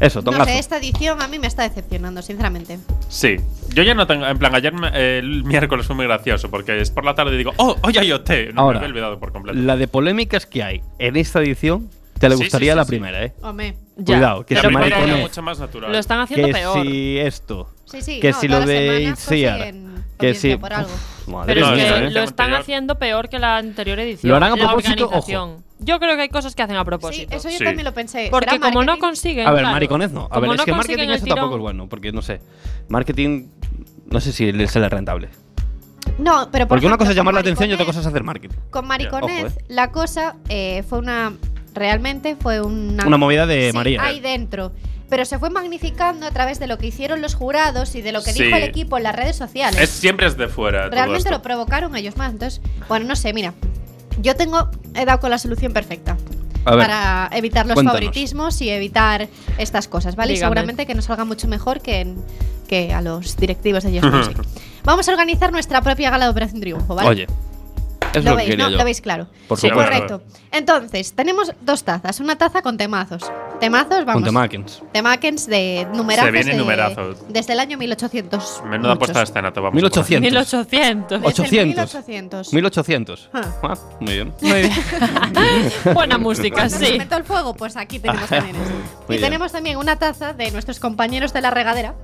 F: Eso,
C: No sé, esta edición a mí me está decepcionando, sinceramente.
E: Sí. Yo ya no tengo. En plan, ayer me- eh, el miércoles fue muy gracioso, porque es por la tarde y digo, ¡Oh, hoy hay OT! No
F: Ahora,
E: me había olvidado por completo.
F: La de polémicas que hay en esta edición, te le
E: Sí, sí,
F: gustaría
E: sí,
F: la
E: sí.
F: primera, ¿eh?
C: Hombre.
H: Ya.
F: Cuidado, que
E: La
F: si
E: primera era
F: maricones,
E: mucho más natural.
H: Lo están haciendo
F: que
H: peor.
F: si esto,
C: Sí, sí,
F: que
C: no,
F: si lo
C: todas las
F: de
C: semanas
F: Itziar,
C: consiguen
F: que
C: audiencia
F: si...
C: por algo.
F: Uf, madre
H: Pero es
F: mía,
H: que
F: ¿eh?
H: lo están haciendo peor que la anterior edición.
F: Lo harán a
H: La
F: propósito, ojo.
H: organización. Yo creo que hay cosas que hacen a propósito.
C: Eso yo
F: Sí.
C: también lo pensé.
H: Porque
C: ¿Será
H: como no
C: marketing?
H: consiguen.
F: A ver,
H: claro.
F: maricones no. A
H: Como
F: ver,
H: no
F: es que
H: consiguen
F: marketing
H: el
F: eso
H: tirón.
F: tampoco es bueno, porque no sé. Marketing, no sé si le sale rentable.
C: No, pero por
F: Porque una
C: ejemplo,
F: cosa es llamar la
C: con
F: atención y otra cosa
C: maricones-
F: es hacer marketing.
C: Con Mariconez,
F: Ojo, eh.
C: la cosa eh, fue una. Realmente fue una.
F: Una movida de
C: Ah. Sí,
F: María.
C: Ahí dentro. Pero se fue magnificando a través de lo que hicieron los jurados y de lo que
E: Sí.
C: dijo el equipo en las redes sociales.
E: Es, siempre es de fuera. todo
C: Realmente
E: esto.
C: lo provocaron ellos más. Entonces, bueno, no sé, mira. Yo tengo. He dado con la solución perfecta.
F: A ver,
C: para evitar los
F: cuéntanos.
C: favoritismos y evitar estas cosas, ¿vale? Y
H: Dígame.
C: seguramente que nos salga mucho mejor que, en- que a los directivos de Just Music. Vamos a organizar nuestra propia gala de Operación Triunfo, ¿vale?
F: Oye, eso es
C: lo
F: lo que
C: veis,
F: quería
C: ¿no?
F: yo.
C: Lo veis claro.
F: Por
E: Sí,
F: supuesto.
C: Correcto. Entonces, tenemos dos tazas. Una taza con temazos. Temazos, vamos.
F: Con temakens.
C: Temakens de numerazos.
E: Se vienen
C: de-
E: numerazos.
C: Desde el año 1800.
E: Menuda
C: muchos.
E: puesta de escena, te vamos.
F: 1800.
H: 1800.
C: Desde el
F: 800. 1800.
C: Ah.
F: Ah, muy bien.
H: Muy bien. Buena música,
C: Cuando se
H: sí.
C: inventó el fuego, pues aquí tenemos también esto.
F: Muy
C: Y
F: bien.
C: tenemos también una taza de nuestros compañeros de la regadera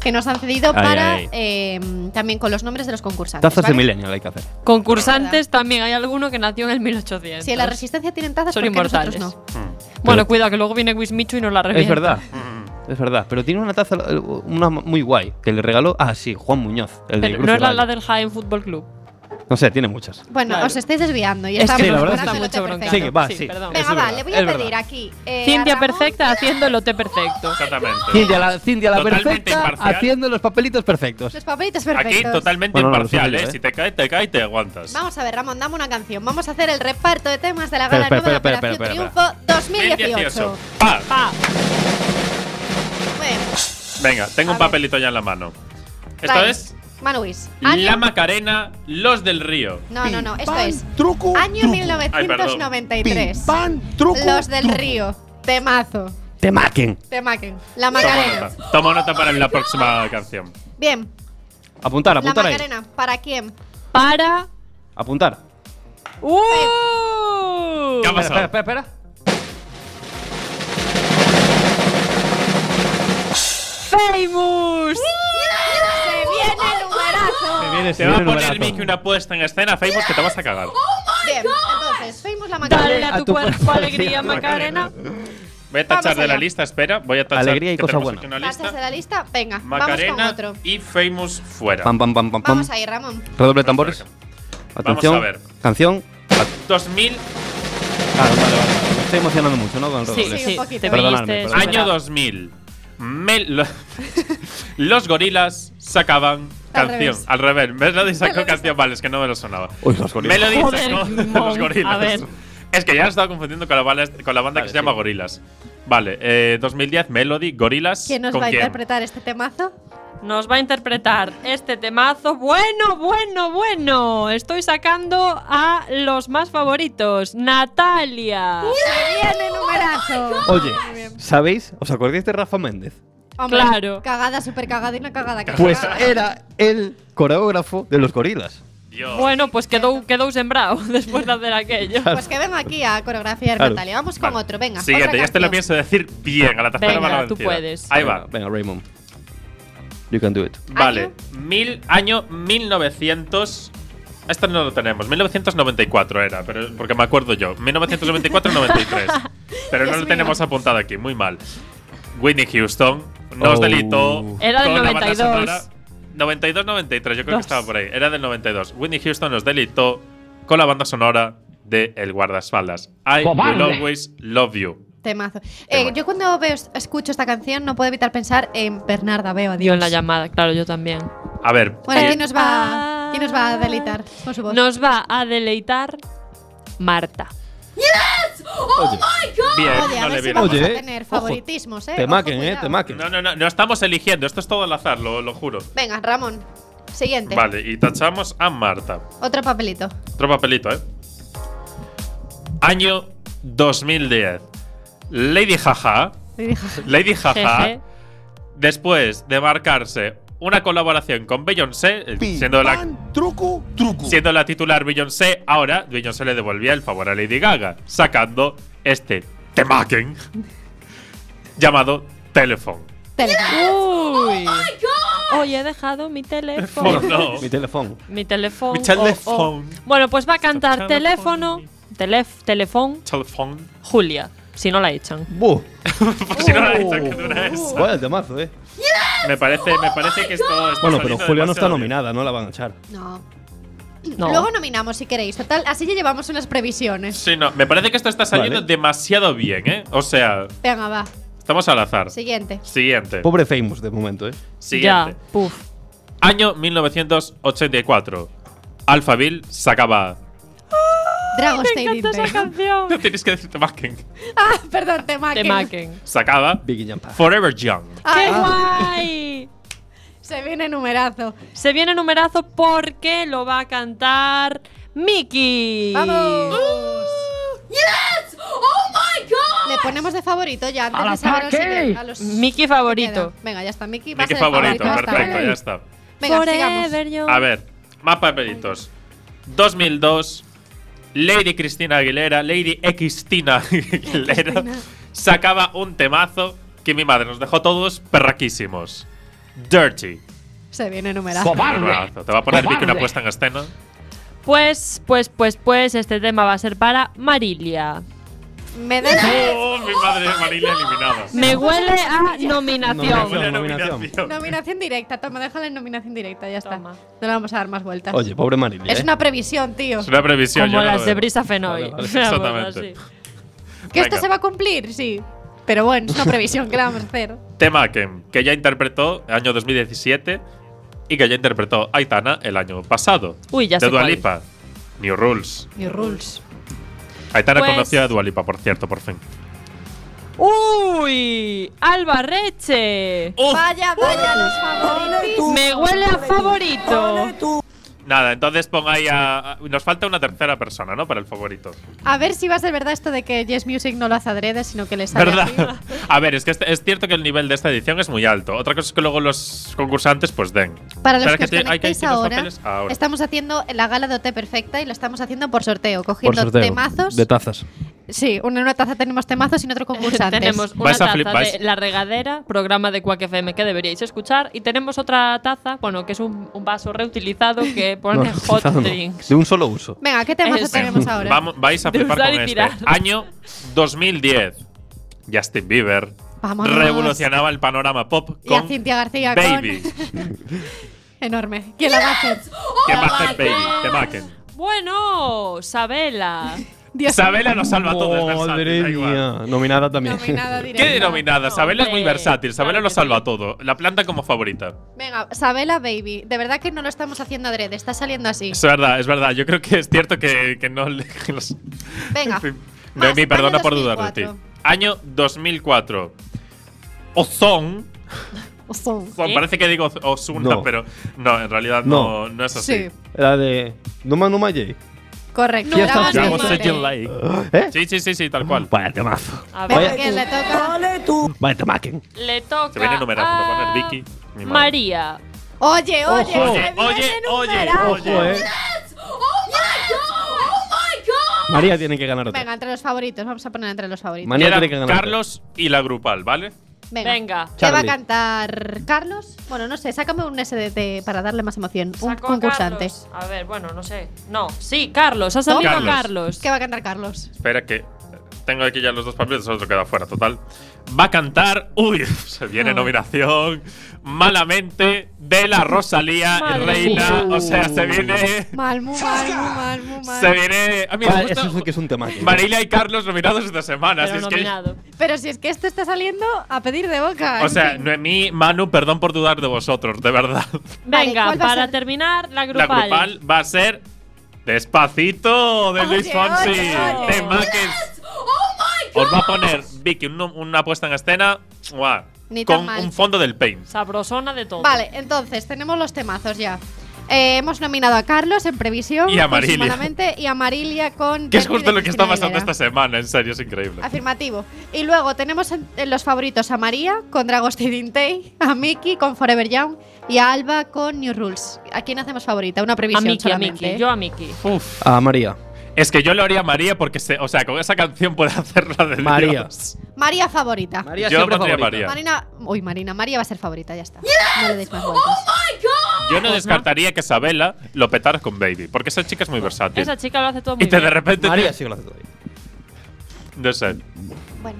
C: que nos han cedido
F: Ay,
C: para
F: ay.
C: eh, también con los nombres de los concursantes.
F: Tazas de
C: ¿vale?
F: Millennial hay que hacer.
H: Concursantes también hay alguno que nació en el 1800.
C: Si en la resistencia tienen tazas,
H: Son
C: ¿por qué nosotros
H: inmortales.
C: no?
H: Bueno, cuidado que luego viene Wismichu y nos la revienta.
F: Es verdad.
C: Mm.
F: Es verdad, pero tiene una taza eh, una muy guay que le regaló. Ah, sí, Juan Muñoz, el del
H: Pero no
F: Cruce
H: es la,
F: Valle.
H: la del Jaén Fútbol Club.
F: No sé, tiene muchas.
C: Bueno, os estáis desviando y
H: Es
C: estamos
H: que
F: la verdad
C: preparando
F: es
H: que-
C: el lote
H: Mucho
F: Sí,
C: perfecto.
F: que va,
H: Sí,
F: sí.
H: perdón.
C: Venga,
F: Eso es
C: va,
F: verdad,
C: le voy
F: es
C: a
F: verdad.
C: pedir aquí. eh,
H: Cintia
C: a Ramón-
H: Perfecta haciendo el lote perfecto.
E: Exactamente.
F: Cintia la, Cintia la
E: Totalmente
F: perfecta
E: imparcial.
F: haciendo los papelitos perfectos.
C: Los papelitos
E: Aquí
C: perfectos.
E: totalmente
F: Bueno, no, lo
E: imparcial,
F: suelo
E: ¿eh?
F: yo, ¿eh?
E: Si te cae, te cae y te aguantas.
C: Vamos a ver, Ramón, dame una canción. Vamos a hacer el reparto de temas de la
E: Espera,
C: gala nueva de
E: espera,
C: Operación
E: espera, espera,
C: Triunfo 2018.
E: 2018. Pa.
H: Pa.
C: Muy bien,
E: Venga, tengo
C: A
E: un
C: ver.
E: papelito ya en la mano. Esto
C: vale.
E: es
C: Manu Luis.
E: La Macarena, Los del Río.
C: Ah, No, no, no, esto
K: Pim,
C: es.
K: truco,
C: año
K: truco. Pim,
C: 1993.
K: pam, truco,
C: Los del
K: truco.
C: Río. Temazo.
F: Te maquen.
C: Te maquen. La
E: Toma
C: Macarena.
E: nota. Toma nota para la próxima canción.
C: Bien.
F: Apuntar,
C: La
F: apuntar ahí.
C: Macarena, ¿para quién?
H: Para.
F: Apuntar.
H: ¡Uh!
F: ¿Qué ha pasado? Espera, espera, espera.
H: ¡Famous!
C: ¡Se viene el numerazo!
E: Te va a
F: viene el
E: poner
F: brazo.
E: Miki una puesta en escena, Facebook, que te vas a cagar.
C: Bien, entonces, Famous la Macarena.
H: Dale a tu cuerpo alegría, Macarena.
E: Voy a tachar de la lista, espera. Voy a tachar.
F: Alegría y
E: que
F: cosa
E: tenemos
F: buena.
E: aquí una lista.
C: ¿Pasas de la lista? Venga, vamos
E: Macarena
C: con otro.
E: y Famous fuera.
F: Pam, pam, pam, pam, pam.
C: Vamos ahí, Ramón.
F: Redoble de tambores. Atención.
E: a ver.
F: Canción.
E: 2000,
F: Ah, vale, vale. Me estoy emocionando mucho, ¿no? Con el redoble.
C: sí, un poquito. te
F: Perdonadme.
C: perdiste,
E: año 2000. Mel- lo- los gorilas sacaban
C: Al
E: canción.
C: revés.
E: Al revés. Melody sacó canción. Vale, es que no me lo sonaba.
F: Uy, los gorilas.
E: Melody
H: Joder,
E: sacó
H: Mon,
E: los gorilas.
H: a ver.
E: Es que ya he estado confundiendo con la, bala- con la banda que se llama Gorilas. Vale, eh, 2010, Melody, Gorilas.
C: ¿Quién nos
E: ¿Con
C: va a
E: quién?
C: interpretar este temazo?
H: Nos va a interpretar este temazo. Bueno, bueno, bueno. Estoy sacando a los más favoritos. Natalia.
C: ¡Se viene el numerazo!
F: Oye, ¿sabéis? ¿Os acordáis de Rafa Méndez?
C: Hombre,
H: Claro.
C: Cagada, súper cagada y una cagada que
F: Pues
C: cagada.
F: era el coreógrafo de los gorilas.
E: Dios.
H: Bueno, pues quedó, quedó sembrado después de hacer aquello.
C: Pues que vengo aquí a coreografiar
F: Claro.
C: Natalia. Vamos con otro, venga.
E: Siguiente,
C: otra
E: ya te
C: canción.
E: lo pienso decir bien. A la tercera
H: Venga,
E: va la
H: tú
E: vencida.
H: puedes.
E: Ahí va.
F: Venga, Raymond. You can do it.
E: Vale. Mil, año 1900. Este no lo tenemos. 1994 era, pero porque me acuerdo yo. 1994-93. pero no
C: Dios
E: lo
C: mío.
E: tenemos apuntado aquí. Muy mal. Whitney Houston nos
F: Oh.
E: delito.
H: Era del 92.
E: 92-93, yo creo que
H: Dos.
E: estaba por ahí. Era del 92. Whitney Houston nos delitó con la banda sonora de El Guardaespaldas. I will always love you.
C: Temazo. Eh, yo cuando veo, escucho esta canción no puedo evitar pensar en Bernarda Veo.
H: Dio
C: Dios.
H: en la llamada, claro, yo también.
E: A ver.
C: Bueno,
E: ¿quién-
C: ¿quién nos
H: Ah.
C: va, ¿quién nos va a deleitar con su voz?
H: Nos va a deleitar Marta.
E: Bien,
C: Oye, a
E: no le
C: ver si
E: viene
C: vamos
F: Oye,
C: a
F: eh.
C: tener
F: Ojo.
C: favoritismos, eh.
F: Te
C: Ojo,
F: maquen, eh,
C: cuidado.
F: te maquen.
E: No, no, no, no estamos eligiendo, esto es todo al azar, lo, lo juro.
C: Venga, Ramón. Siguiente.
E: Vale, y tachamos a Marta.
C: Otro papelito.
E: Otro papelito, ¿eh? Año 2010. Lady Jaja.
C: Y dijo,
E: Lady
H: Jeje.
E: Jaja. después de marcarse una colaboración con Beyoncé, eh,
K: Pi,
E: siendo la,
K: pan, truco, truco.
E: siendo la titular Beyoncé, ahora Beyoncé le devolvía el favor a Lady Gaga, sacando este temaken llamado Telephone.
C: teléfono. Oh
H: Uy. Hoy he dejado mi
E: Oh,
H: teléfono.
E: no.
F: Mi teléfono.
H: Mi teléfono.
E: Mi
H: oh,
E: teléfono.
H: oh. Bueno, pues va a cantar
E: Teléfono.
H: teléfono. Telef, teléfono.
E: Telephone.
H: Julia. Si no la echan.
F: ¡Buh!
E: Por si no la he dicho, que dura esa.
F: Vaya temazo, eh.
E: Me parece, me parece que esto está
F: Bueno, pero
E: saliendo
F: Julia no está
E: demasiado bien.
F: nominada, no la van a echar.
C: No.
H: No.
C: Luego nominamos si queréis. Total, así ya llevamos unas previsiones.
E: Sí, no, me parece que esto está saliendo
F: Vale.
E: demasiado bien, ¿eh? O sea,
C: Venga, va.
E: estamos al azar.
C: Siguiente.
E: Siguiente.
F: Pobre Famous de momento, eh.
E: Siguiente.
H: Ya. Puf.
E: Año 1984. Alphaville sacaba.
C: Dragon
H: Me
C: State
H: encanta esa
C: Inferno.
E: No
H: canción.
E: tienes que decir Temaken.
C: Ah, perdón, te maquen.
H: Te maquen.
E: Sacaba
F: Biggie Jampa.
E: Forever Young.
H: ¡Qué
C: Ah,
H: guay!
C: se viene numerazo.
H: Se viene numerazo porque lo va a cantar Mickey.
C: ¡Vamos! ¡Uh! ¡Yes! ¡Oh my god! Le ponemos de favorito ya antes de saber al siguiente. A los
H: Mickey favorito.
C: quedan. Venga, ya está. Mickey va a
E: Miki
C: ser el favorito
E: favorito,
C: hasta
E: perfecto,
C: ahora.
E: ya está.
C: Venga, sigamos.
H: Forever young.
E: A ver, más papelitos. 2002. Lady Cristina Aguilera, Lady Xtina Aguilera, sacaba un temazo que mi madre nos dejó todos perraquísimos. Dirty.
C: Se viene numerazo.
E: Temazo. Te va a poner Miki una puesta en escena.
H: Pues, pues, pues, pues, este tema va a ser para Marilia.
C: Me den.
E: Oh, mi madre Marilia eliminada.
H: Me huele a nominación.
F: Nominación.
E: Buena nominación.
C: Nominación directa, toma, déjala en nominación directa, ya está.
H: Toma.
C: No le vamos a dar más vueltas.
F: Oye, pobre Marilyn. eh.
C: es una previsión, tío.
E: Es una previsión.
H: Como
E: yo no
H: las
E: lo
H: de
E: veo.
H: Brisa Fenoy.
E: Vale, vale,
H: O sea, pues
E: exactamente.
H: así.
C: Que esto
E: Venga.
C: se va a cumplir, sí. Pero bueno, es una previsión, ¿qué le vamos a hacer?
E: Tema que, que ya interpretó el año 2017 y que ya interpretó Aitana el año pasado.
H: Uy, ya
E: De
H: sé cuál.
E: Dualipa. New Rules.
C: New rules.
E: Aitana
H: Pues-
E: conocía a Dualipa, por cierto, por fin.
H: Uy, Alba Reche.
E: Oh.
C: Vaya, vaya, los favoritos.
H: Me huele a favorito.
E: Nada, entonces ponga ahí a, a- Nos falta una tercera persona, ¿no? Para el favorito.
C: A ver si va a ser verdad esto de que Yes Music no lo hace adrede, sino que le sale
E: ¿Verdad?
C: así.
E: A ver, es que este- es cierto que el nivel de esta edición es muy alto. Otra cosa es que luego los concursantes pues den.
C: Para los
E: Espera,
C: que, os
E: que te- hay que
C: conectéis
E: ir con los
C: ahora,
E: papeles ahora.
C: estamos haciendo la gala de OT perfecta y lo estamos haciendo por sorteo, cogiendo temazos.
F: De tazas.
C: sí, una en una taza tenemos temazos y en otro concursantes.
H: Tenemos una
F: Vais a
H: taza
F: flip- vais-
H: de La Regadera, programa de Quack FM que deberíais escuchar. Y tenemos otra taza, bueno, que es un, un vaso reutilizado que pone
F: No,
H: hot
F: no, no.
H: drink.
F: De un solo uso.
C: Venga, ¿qué temazo tenemos ahora?
E: Vamos, vais a
H: De
E: flipar
H: usar
E: con
H: y
E: este.
H: tirar.
E: Año 2010. Justin Bieber
C: Vámonos.
E: revolucionaba el panorama pop
C: y a
E: con
C: Cintia García
E: Baby.
C: con enorme. ¿Quién la va a hacer?
E: Que maken, baby. Que maken.
H: Bueno, Sabela.
E: Sabela nos salva todo. es versátil, da
F: Madre
E: igual.
F: mía. Nominada también.
E: ¿Qué denominada? Sabela es muy versátil. Sabela lo salva todo. La planta como favorita.
C: Venga, Sabela Baby. De verdad que no lo estamos haciendo adrede, está saliendo así.
E: Es verdad, es verdad. Yo creo que es cierto que, que no le. que los-
C: Venga. Más,
E: Noemí,
C: año
E: perdona por dudar de ti.
C: 2004.
E: Año 2004. Ozón. Ozón,
C: ¿Qué?
E: Parece que digo Oz- Ozuna,
F: No.
E: pero no, en realidad no, no, es así.
F: La de Numa Numa J.
C: Correcto.
F: Fiesta
C: Dragon
F: Fiesta.
C: Ball.
F: Fiesta. ¿Eh?
E: Sí, sí, sí, sí, tal cual.
F: Vaya temazo.
H: A
F: Vaya-
H: ver,
C: ¿Quién le toca?
F: Vaya temaquen.
H: le toca.
E: Se
C: Ah,
E: viene numerado,
H: a
E: a poner Vicky. Mi madre.
H: María.
C: Oye,
E: Ojo, oye, oye, oye, oye.
F: eh.
C: Oh
F: María tiene que ganar otra.
C: Venga, entre los favoritos, vamos a poner entre los favoritos.
F: María
E: Quedan
F: tiene que ganar.
E: Carlos y la grupal, ¿vale?
C: Venga. ¿Qué
F: Charlie.
C: va a cantar Carlos? Bueno, no sé, sácame un SDT para darle más emoción. Un
H: Saco a
C: concursante.
H: Carlos. A ver, bueno, no sé. No, sí, Carlos, ha salido
E: Carlos.
H: Carlos.
C: ¿Qué va a cantar Carlos?
E: Espera que tengo aquí ya los dos papeles, el otro queda fuera, total. Va a cantar, uy, se
C: Ah.
E: viene nominación, malamente, de la Rosalía,
C: Madre
E: reina,
C: mía.
E: o sea, se viene,
C: Mal, muy mal, muy mal, muy mal.
E: se viene, ah, mira,
F: Vale,
E: justo
F: eso es lo que es un temaquen.
E: Marilia y Carlos nominados esta semana,
H: Pero
E: así es que,
C: Pero si es que esto está saliendo a pedir de boca.
E: o sea, Noemí, Manu, perdón por dudar de vosotros, de verdad.
H: Venga,
C: ¿cuál va a
H: para
C: ser?
H: terminar, la
E: La
H: grupal.
E: grupal va a ser Despacito de Luis
H: Oye,
E: Fonsi,
H: oye, oye.
E: de Mackens.
H: Oh
E: Os va a poner Vicky un- una puesta en escena ¡mua!
C: Ni tan
E: con
C: mal.
E: un fondo del Paint.
H: Sabrosona de todo.
C: Vale, entonces tenemos los temazos ya. Eh, hemos nominado a Carlos en previsión.
E: Y a
C: con
E: Marilia.
C: Sumadamente, Y a Marilia con.
E: Que es
C: Benny
E: justo
C: de
E: lo que está
C: Cristina
E: pasando
C: Aguilera.
E: esta semana, en serio, es increíble.
C: Afirmativo. Y luego tenemos en, en los favoritos a María con Dragoste Dintei, a Miki con Forever Young y a Alba con New Rules. ¿A quién hacemos favorita? Una
H: a
C: previsión
H: Miki, a
C: solamente. ¿eh?
H: Miki. Yo a Miki.
E: Uf.
F: A María.
E: Es que yo lo haría a María porque, se, o sea, con esa canción puede hacerla de
F: María.
E: Dios.
C: María favorita.
F: María
E: Yo
F: siempre
E: pondría
F: favorita.
E: María.
C: Marina, uy, Marina, María va a ser favorita, ya está. No le deis más vueltas.
E: Yo
H: Pues
E: no descartaría que Sabela lo petara con Baby, porque esa chica es muy versátil.
H: Esa chica lo hace todo muy
E: Y te
H: bien.
E: de repente.
F: María sí que lo hace todavía.
E: No sé.
C: Bueno.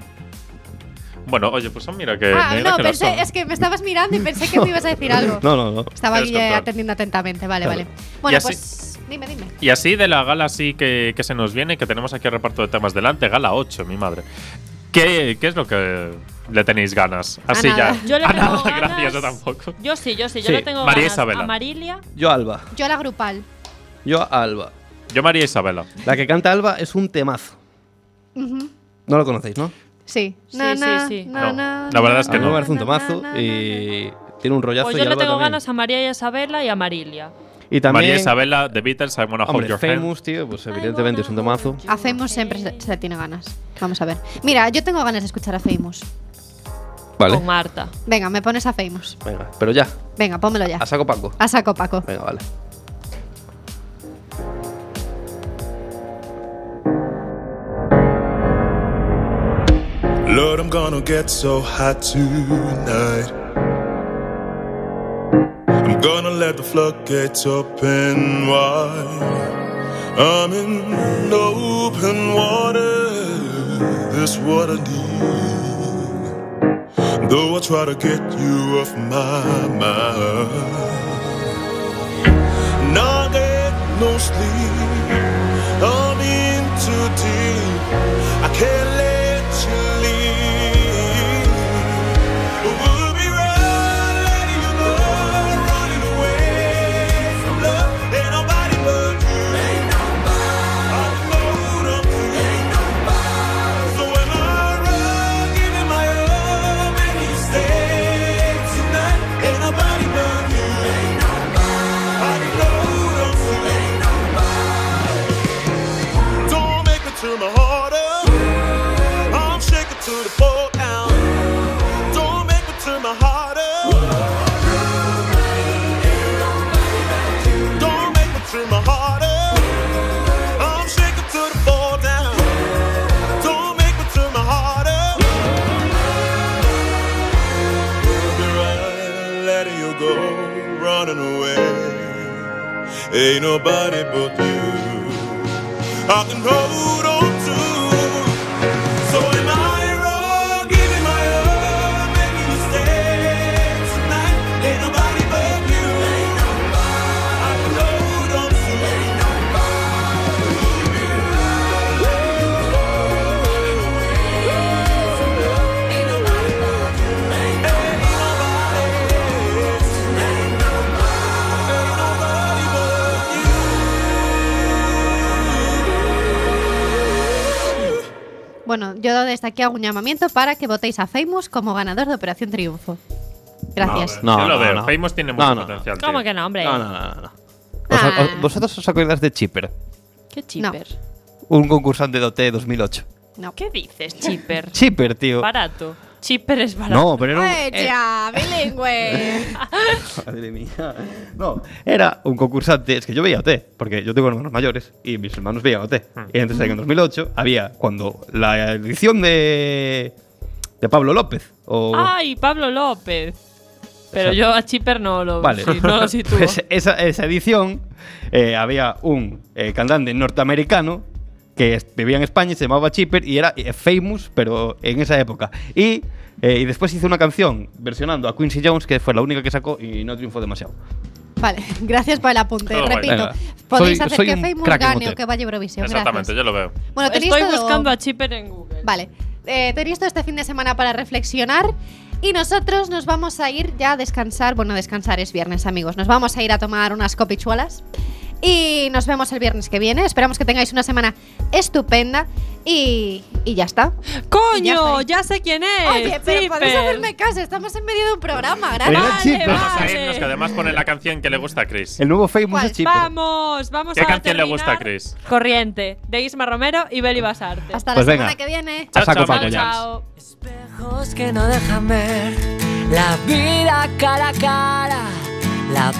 E: Bueno, oye, pues mira que.
C: Ah,
E: mira
C: no,
E: que lo
C: pensé,
E: son.
C: es que me estabas mirando y pensé que me ibas a decir algo.
F: No, no, no.
C: Estaba
E: Debes
C: aquí eh,
E: contar.
C: atendiendo atentamente, vale,
E: Claro.
C: vale. Bueno,
E: Y así-
C: pues dime, dime.
E: Y así de la gala sí que, que se nos viene, que tenemos aquí el reparto de temas delante, gala 8, mi madre. ¿Qué, qué es lo que le tenéis ganas? Así
C: nada.
E: ya.
H: Yo le
E: a
H: tengo
E: nada,
H: ganas-
E: Ah, gracias, yo tampoco.
H: Yo sí, yo sí, yo
E: Sí,
H: le tengo
E: María
H: ganas
E: Isabela.
H: a Marilia.
F: Yo Alba.
C: Yo a la grupal.
F: Yo a Alba.
E: Yo María Isabela.
F: La que canta Alba es un temazo.
C: Ujú.
F: No lo conocéis, ¿no?
C: Sí.
H: Sí,
C: Na,
H: sí,
C: na,
H: sí.
C: na,
E: No,
C: na,
E: la verdad es
F: A
E: que
F: mí me
E: no.
F: parece un temazo y tiene un rollazo
H: Pues
F: y
H: yo le
F: Alba
H: tengo
F: también.
H: ganas a María Isabela y a Marilia.
F: Y también
E: María Isabela, The Beatles, I Wanna Hold
F: Hombre,
E: Your Hand.
F: Famous, tío, pues evidentemente es un temazo.
C: A Famous siempre se, se le tiene ganas. Vamos a ver. Mira, yo tengo ganas de escuchar a Famous.
F: Vale.
H: Con Marta.
C: Venga, me pones a Famous.
F: Venga, pero ya.
C: Venga, pónmelo ya.
F: A saco Paco.
C: A saco, Paco.
F: Venga, vale.
M: Lord, I'm gonna get so hot tonight. I'm gonna let the floodgates open wide. I'm in open water. This water deep. Though I try to get you off my mind. And I get no sleep. I'm in too deep. I can't let you leave. We'll be running, you know, running away from love. Ain't nobody but you. Ain't nobody. I'm alone, I'm free. Ain't nobody. So when I run, giving my all, baby, you stay tonight. Ain't nobody but you. Ain't nobody. I'm alone, I'm free. Ain't nobody. Don't make me turn my heart up. running away. Ain't nobody but you. I can hold on to. So am I wrong? Giving my all, making mistakes tonight. Ain't nobody but you. I can hold on to.
C: Bueno, yo desde aquí hago un llamamiento para que votéis a Famous como ganador de Operación Triunfo. Gracias.
E: No, yo lo veo. Famous tiene mucho
F: No, no, no.
E: potencial. tío.
H: ¿Cómo que no, hombre? Ah.
F: No, no, no, no, no. Os- os- ¿Vosotros os acordáis de Chipper?
H: ¿Qué chipper?
F: Un concursante de OT 2008.
H: ¿Qué dices, chipper?
F: Chipper, tío.
H: Barato. Chipper es barato.
F: No, pero era un- eh.
C: ya, bilingüe!
F: Madre mía. No, era un concursante. Es que yo veía OT, porque yo tengo hermanos mayores y mis hermanos veían OT.
H: Ah.
F: Y entonces en 2008 había cuando la edición de, de Pablo López. O,
H: ¡Ay, Pablo López! Pero
F: Exacto.
H: yo a Chipper no lo, sí, no lo sitúo.
E: eh,
F: Pues esa, esa edición eh, había un eh, cantante norteamericano que es- vivía en España, se llamaba Chipper y era eh, famous, pero en esa época. Y, eh, y después hizo una canción versionando a Quincy Jones, que fue la única que sacó y no triunfó demasiado.
C: Vale, gracias por el apunte.
F: Todo guay.
C: Repito,
F: Venga.
C: podéis
F: Soy-
C: hacer
F: soy
C: que
F: un
C: Famous
F: crack en
C: gane
F: hotel.
C: o que vaya a Eurovisión. Gracias.
E: Exactamente, yo lo veo.
C: Bueno, tenéis
H: Estoy
C: todo-
H: buscando a Chipper en Google.
C: Vale. Eh, tenéis todo este fin de semana para reflexionar y nosotros nos vamos a ir ya a descansar. Bueno, descansar es viernes, amigos. Nos vamos a ir a tomar unas copichuelas y nos vemos el viernes que viene. Esperamos que tengáis una semana estupenda y, y ya está. Y ya está
H: ¡Coño!
C: ahí.
H: Ya, sé quién es.
C: Oye, pero podéis
H: Chipper.
C: hacerme caso, estamos en medio de un programa, gracias.
F: Era Chipper.
E: Vamos a irnos, que además pone la canción que le gusta a Chris.
F: El nuevo famous es Chipper.
H: Vamos, vamos
E: ¿Qué
H: a
E: canción le
H: terminar.
E: gusta a Chris?
H: Corriente, de Isma Romero y Beli Basarte.
C: Hasta
F: la Pues semana venga. que
C: viene.
F: A saco, Paco, ya.
H: Chao.
N: Ojos que no dejan ver la vida cara a cara, la